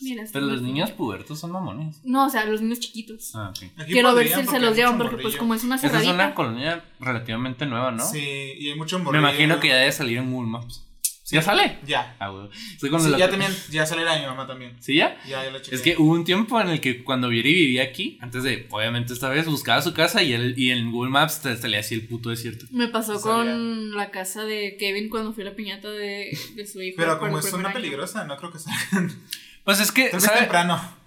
Speaker 3: Mira, este
Speaker 1: Pero los
Speaker 3: mero-
Speaker 1: niños pubertos son mamones.
Speaker 3: no, o sea, los niños chiquitos.
Speaker 1: Ah, ok.
Speaker 2: Aquí
Speaker 3: Quiero ver
Speaker 2: podrían
Speaker 3: si se
Speaker 2: porque
Speaker 3: los
Speaker 2: hay
Speaker 3: llevan,
Speaker 2: mucho
Speaker 3: porque pues
Speaker 2: morrillo.
Speaker 3: como es una
Speaker 1: Esa es
Speaker 3: cerradita.
Speaker 1: una colonia relativamente nueva, ¿no?
Speaker 2: Sí, y hay mucho
Speaker 1: Me
Speaker 2: morrillo.
Speaker 1: imagino que ya debe salir en Google Maps. ¿Ya sale?
Speaker 2: Ya.
Speaker 1: Ah, güey. Estoy con
Speaker 2: Sí,
Speaker 1: la-
Speaker 2: ya también, ya salió la de mi mamá también.
Speaker 1: ¿Sí ya?
Speaker 2: Ya, ya la chequé.
Speaker 1: Es que hubo un tiempo en el que cuando Vieri vivía aquí, antes de, obviamente esta vez, buscaba su casa y, él, y en Google Maps te salía así el puto desierto.
Speaker 3: Me pasó
Speaker 2: Sabía.
Speaker 3: con la casa de Kevin cuando fui a la piñata de, de su hijo.
Speaker 2: Pero
Speaker 3: por
Speaker 2: como
Speaker 3: el
Speaker 2: es
Speaker 3: primer
Speaker 2: una
Speaker 3: año.
Speaker 2: peligrosa, no creo que salgan.
Speaker 1: Pues es que,
Speaker 2: Tal vez
Speaker 1: ¿sabe?
Speaker 2: temprano. pues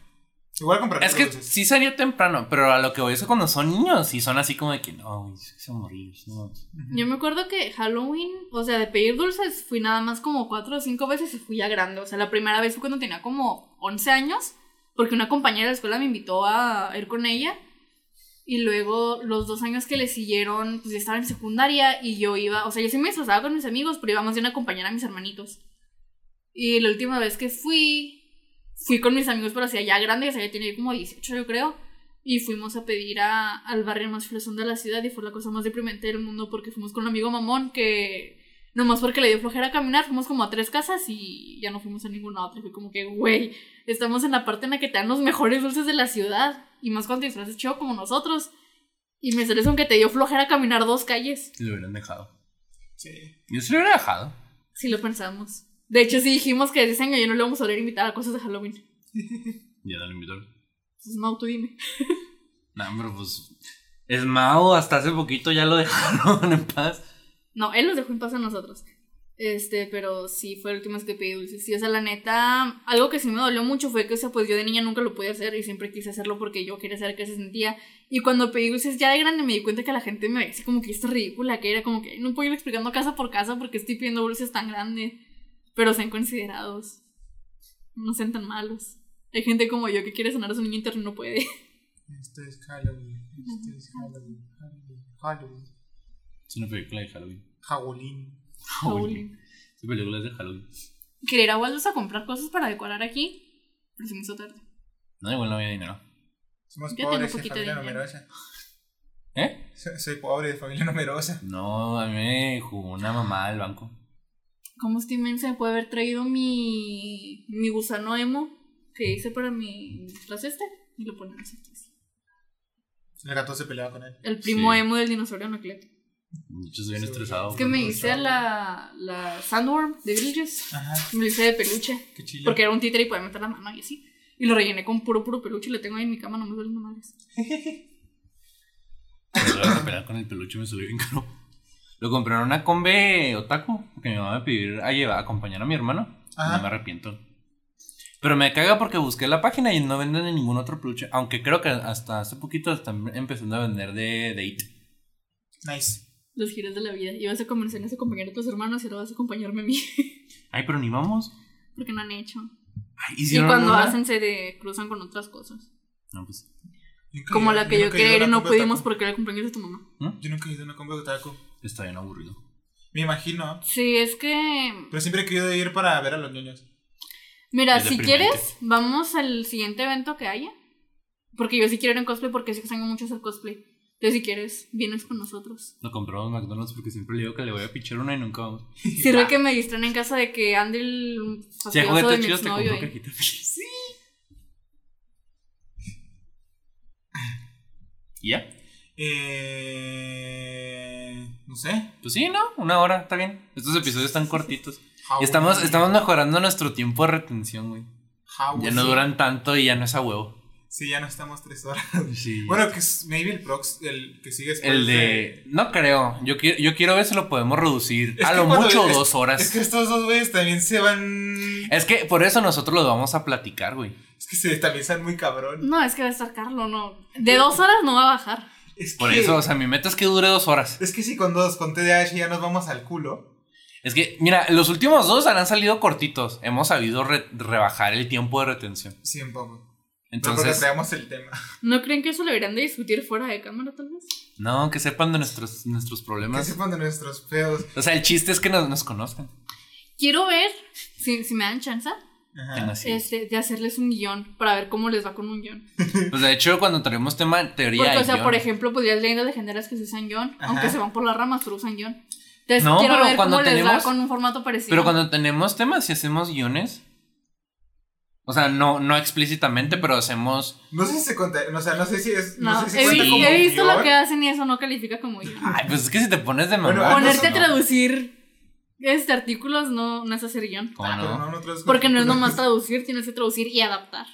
Speaker 2: Igual compraré
Speaker 1: Es que
Speaker 2: luces.
Speaker 1: sí salió temprano, pero a lo que voy es que cuando son niños y son así como de que no, güey, es que son morrillos, no.
Speaker 3: Yo me acuerdo que Halloween, o sea, de pedir dulces, fui nada más como cuatro o cinco veces y fui ya grande. O sea, la primera vez fue cuando tenía como 11 años, porque una compañera de la escuela me invitó a ir con ella. Y luego los dos años que le siguieron, pues ya estaba en secundaria y yo iba, o sea, yo sí me disfrazaba con mis amigos, pero íbamos de una compañera a mis hermanitos. Y la última vez que fui, fui con mis amigos, pero hacia allá grande, o sea, ya tenía como 18, yo creo. Y fuimos a pedir a- al barrio más fresón de la ciudad y fue la cosa más deprimente del mundo porque fuimos con un amigo mamón que nomás porque le dio flojera caminar, fuimos como a tres casas y ya no fuimos a ninguna otra. Fue como que, güey, estamos en la parte en la que te dan los mejores dulces de la ciudad y más cuando te disfraces chido como nosotros. Y me sales aunque te dio flojera caminar dos calles,
Speaker 1: Lo hubieran dejado.
Speaker 2: Sí.
Speaker 1: Yo se lo hubiera dejado.
Speaker 3: si lo pensamos. De hecho, sí dijimos que ese año ya no le vamos a volver a invitar a cosas de Halloween.
Speaker 1: Ya no lo invitaron.
Speaker 3: Entonces, Mau, tú dime.
Speaker 1: No, pero pues. Es Mao, hasta hace poquito ya lo dejaron en paz.
Speaker 3: No, él nos dejó en paz a nosotros. Este, pero sí, fue la última vez que pedí dulces. Sí, o sea, la neta, algo que sí me dolió mucho fue que, o sea, pues yo de niña nunca lo pude hacer y siempre quise hacerlo porque yo quería saber qué se sentía. Y cuando pedí dulces ya de grande me di cuenta que la gente me veía así como que esto es ridícula, que era como que "Ay, no puedo ir explicando casa por casa porque estoy pidiendo dulces tan grandes. Pero sean considerados. No sean tan malos. Hay gente como yo que quiere sonar a su niño interno y no puede.
Speaker 2: Esto Este es Halloween. Esto es Halloween. Halloween. Halloween.
Speaker 1: Es una película de Halloween.
Speaker 2: Halloween.
Speaker 1: Halloween. Esa película es de Halloween.
Speaker 3: Quería ir a Waldos a comprar cosas para decorar aquí, pero se me hizo tarde.
Speaker 1: No, igual no había dinero.
Speaker 2: Somos
Speaker 3: Yo tengo
Speaker 2: pobres de
Speaker 3: poquito
Speaker 2: familia
Speaker 3: dinero.
Speaker 2: numerosa.
Speaker 1: ¿Eh?
Speaker 2: So- Soy pobre de familia numerosa.
Speaker 1: No, a mí me jugó una mamá al banco.
Speaker 3: ¿Cómo Steam Man se me puede haber traído mi, mi gusano emo que hice para mi disfraz este? Y lo ponen así. pues.
Speaker 2: El gato se peleaba con él.
Speaker 3: El primo
Speaker 1: Sí.
Speaker 3: emo del dinosaurio Anacleto.
Speaker 1: De hecho, estoy bien
Speaker 2: Sí,
Speaker 1: estresado.
Speaker 2: es
Speaker 3: Es que me
Speaker 2: Dinosaurio.
Speaker 3: hice la, la Sandworm de Beetlejuice.
Speaker 2: Ajá.
Speaker 3: Me lo hice de peluche.
Speaker 2: Qué chido.
Speaker 3: Porque era un títere y podía meter la mano y así. Y lo rellené con puro, puro peluche y lo tengo ahí en mi cama, no me duelen madres.
Speaker 1: Pero la pelea con el peluche me subió bien caro. Lo compré en una combe otaku. Que mi mamá me pidió a llevar, a acompañar a mi hermano.
Speaker 2: Ajá.
Speaker 1: No me arrepiento. Pero me caga porque busqué la página y no venden en ningún otro peluche. Aunque creo que hasta hace poquito están empezando a vender de date.
Speaker 2: Nice.
Speaker 3: Los giros de la vida. Ibas a convenciones a acompañar a tus hermanos y ahora vas a acompañarme a mí.
Speaker 1: Ay, pero ni vamos.
Speaker 3: Porque no han hecho.
Speaker 1: Ay,
Speaker 3: Y
Speaker 1: hicieron
Speaker 3: cuando
Speaker 1: una-
Speaker 3: hacen se de- cruzan con otras cosas.
Speaker 1: No, pues.
Speaker 2: Yo nunca he
Speaker 3: Como
Speaker 2: ido-
Speaker 3: la que yo
Speaker 2: nunca he ido a
Speaker 3: quería ir y
Speaker 2: una
Speaker 3: no
Speaker 2: combi
Speaker 3: pudimos
Speaker 2: otaku.
Speaker 3: porque era el cumpleaños de tu mamá.
Speaker 2: Yo nunca he ido a una combi otaku.
Speaker 1: Está bien aburrido.
Speaker 2: Me imagino.
Speaker 3: Sí, es que.
Speaker 2: Pero siempre he querido ir para ver a los niños.
Speaker 3: Mira,
Speaker 1: Es
Speaker 3: si
Speaker 1: deprimente.
Speaker 3: quieres, vamos al siguiente evento que haya. Porque yo sí quiero ir en cosplay porque sí extraño mucho hacer cosplay. Entonces, si quieres, vienes con nosotros.
Speaker 1: Lo compramos en McDonald's porque siempre le digo que le voy a pichar una y nunca vamos.
Speaker 3: Sirve que me distraen en casa de que ande el
Speaker 1: Si hay
Speaker 3: fastidioso de
Speaker 1: juguetes
Speaker 3: mi
Speaker 1: chidos, te
Speaker 3: exnovio.
Speaker 1: compro
Speaker 3: ahí.
Speaker 1: cajita feliz. Sí. ¿Y ya?
Speaker 2: Eh, no sé.
Speaker 1: Pues sí, ¿no? Una hora, está bien. Estos episodios están cortitos. Y estamos,
Speaker 2: Halloween. Ah,
Speaker 1: estamos mejorando nuestro tiempo de retención, güey.
Speaker 2: Halloween.
Speaker 1: Ya no duran tanto y ya no es a huevo.
Speaker 2: Sí, ya no estamos tres horas.
Speaker 1: Sí.
Speaker 2: Bueno, que es maybe el prox, el que sigue después
Speaker 1: el de. No creo. Yo quiero, yo quiero ver si lo podemos reducir
Speaker 2: Es
Speaker 1: a
Speaker 2: que
Speaker 1: lo
Speaker 2: cuando-
Speaker 1: mucho
Speaker 2: es-
Speaker 1: dos horas. Eh.
Speaker 2: Es que estos dos güeyes también se van.
Speaker 1: por eso nosotros lo vamos a platicar, güey.
Speaker 2: Es que se también están muy cabrón.
Speaker 3: No, es que va a estar Carlo, no. De dos horas no va a bajar.
Speaker 2: Es
Speaker 1: Por
Speaker 2: que-
Speaker 1: eso, o sea, mi meta es que dure dos horas.
Speaker 2: Es que si con dos, con TDAH ya nos vamos al culo.
Speaker 1: Es que, mira, los últimos dos han salido cortitos. Hemos sabido re- rebajar el tiempo de retención.
Speaker 2: Sí, un poco. Entonces, porque
Speaker 1: Entonces,
Speaker 2: traemos el tema.
Speaker 3: ¿No creen que eso lo deberían de discutir fuera de cámara, tal vez?
Speaker 1: no, que sepan de nuestros, nuestros
Speaker 2: Que
Speaker 1: problemas.
Speaker 2: sepan de nuestros pedos.
Speaker 1: O sea, el chiste es que nos, nos conozcan.
Speaker 3: Quiero ver, si, si me dan chance,
Speaker 1: Que
Speaker 2: Ajá.
Speaker 1: nos sigan.
Speaker 3: este, de hacerles un guión para ver cómo les va con un guión.
Speaker 1: Pues de hecho, cuando traemos tema teoría.
Speaker 3: Porque, o
Speaker 1: y
Speaker 3: sea,
Speaker 1: guión-
Speaker 3: por ejemplo, pues ya es leyendas legendarias que se usan guión,
Speaker 2: Ajá.
Speaker 3: aunque se van por las ramas, pero usan guión. Entonces,
Speaker 1: No,
Speaker 3: quiero
Speaker 1: pero
Speaker 3: ver
Speaker 1: cuando
Speaker 3: cómo les va
Speaker 1: tenemos-
Speaker 3: con un formato parecido.
Speaker 1: Pero cuando tenemos temas y hacemos guiones. O sea, no, no explícitamente, pero hacemos.
Speaker 2: No sé si se cuenta, o sea, no sé si es. No,
Speaker 3: No,
Speaker 2: sé si
Speaker 3: he,
Speaker 2: cuenta
Speaker 3: vi-
Speaker 2: como
Speaker 3: he visto
Speaker 2: guión.
Speaker 3: lo que hacen y eso no califica como guión.
Speaker 1: Ay, pues es que si te pones de
Speaker 2: Bueno,
Speaker 1: mamá.
Speaker 2: ah, no
Speaker 3: Ponerte
Speaker 2: sé,
Speaker 3: a traducir este artículos no, no es hacer guión.
Speaker 1: ¿Cómo
Speaker 2: Ah, pero
Speaker 1: no?
Speaker 2: no, no traduzco.
Speaker 3: Porque no es nomás traducir, tienes que traducir y adaptar.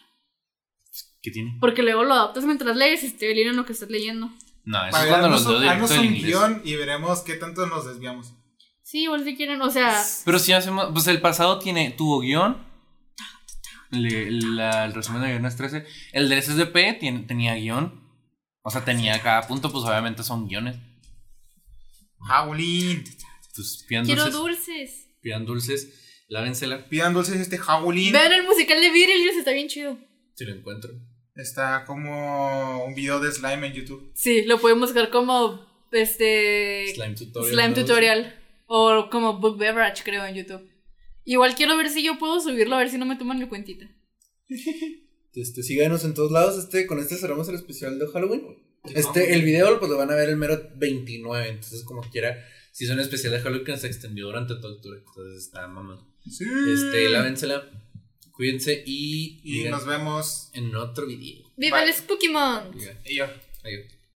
Speaker 1: ¿Qué tiene?
Speaker 3: Porque luego lo adaptas mientras lees y te deliran lo que estás leyendo.
Speaker 1: No, eso
Speaker 2: Para
Speaker 1: es
Speaker 2: ver,
Speaker 1: cuando
Speaker 2: haznos
Speaker 1: los
Speaker 2: un-
Speaker 1: dos
Speaker 2: haznos
Speaker 1: directo del
Speaker 2: un
Speaker 1: inglés.
Speaker 2: guión y veremos qué tanto nos desviamos.
Speaker 3: Sí, igual si quieren, o sea,
Speaker 1: Pero si hacemos. Pues el pasado tiene. Tuvo guión. le- la- el resumen de guiones 13. El del SSDP tiene- tenía guión. O sea, tenía cada punto, pues obviamente son guiones.
Speaker 2: Jaulín.
Speaker 1: Pues pidan
Speaker 3: quiero
Speaker 1: dulces.
Speaker 3: dulces.
Speaker 1: Pidan dulces. Lávensela.
Speaker 2: Pidan dulces este jaulín.
Speaker 3: Vean el musical de Beetlejuice, está bien chido.
Speaker 1: Si lo encuentro.
Speaker 2: Está como un video de slime en YouTube.
Speaker 3: Sí, lo pueden buscar como este
Speaker 1: Slime
Speaker 3: Slime
Speaker 1: tutorial.
Speaker 3: Tutorial,
Speaker 1: ¿no?
Speaker 3: o como Book Beverage, creo, en YouTube. Igual quiero ver si yo puedo subirlo, a ver si no me toman mi cuentita.
Speaker 5: Este, síganos en todos lados. Este, con este cerramos el especial de Halloween. Este, el video pues lo van a ver el mero 29. Entonces, como quiera,
Speaker 1: Si es un especial de Halloween que se extendió durante todo octubre. Entonces está mamá.
Speaker 2: Sí.
Speaker 1: Este, lávensela. Cuídense y.
Speaker 2: Mm. Y
Speaker 1: digan
Speaker 2: nos vemos.
Speaker 1: en otro video.
Speaker 3: ¡Viva
Speaker 2: Bye.
Speaker 3: los Pokémon!
Speaker 1: Digan,
Speaker 2: Y yo.
Speaker 1: adiós.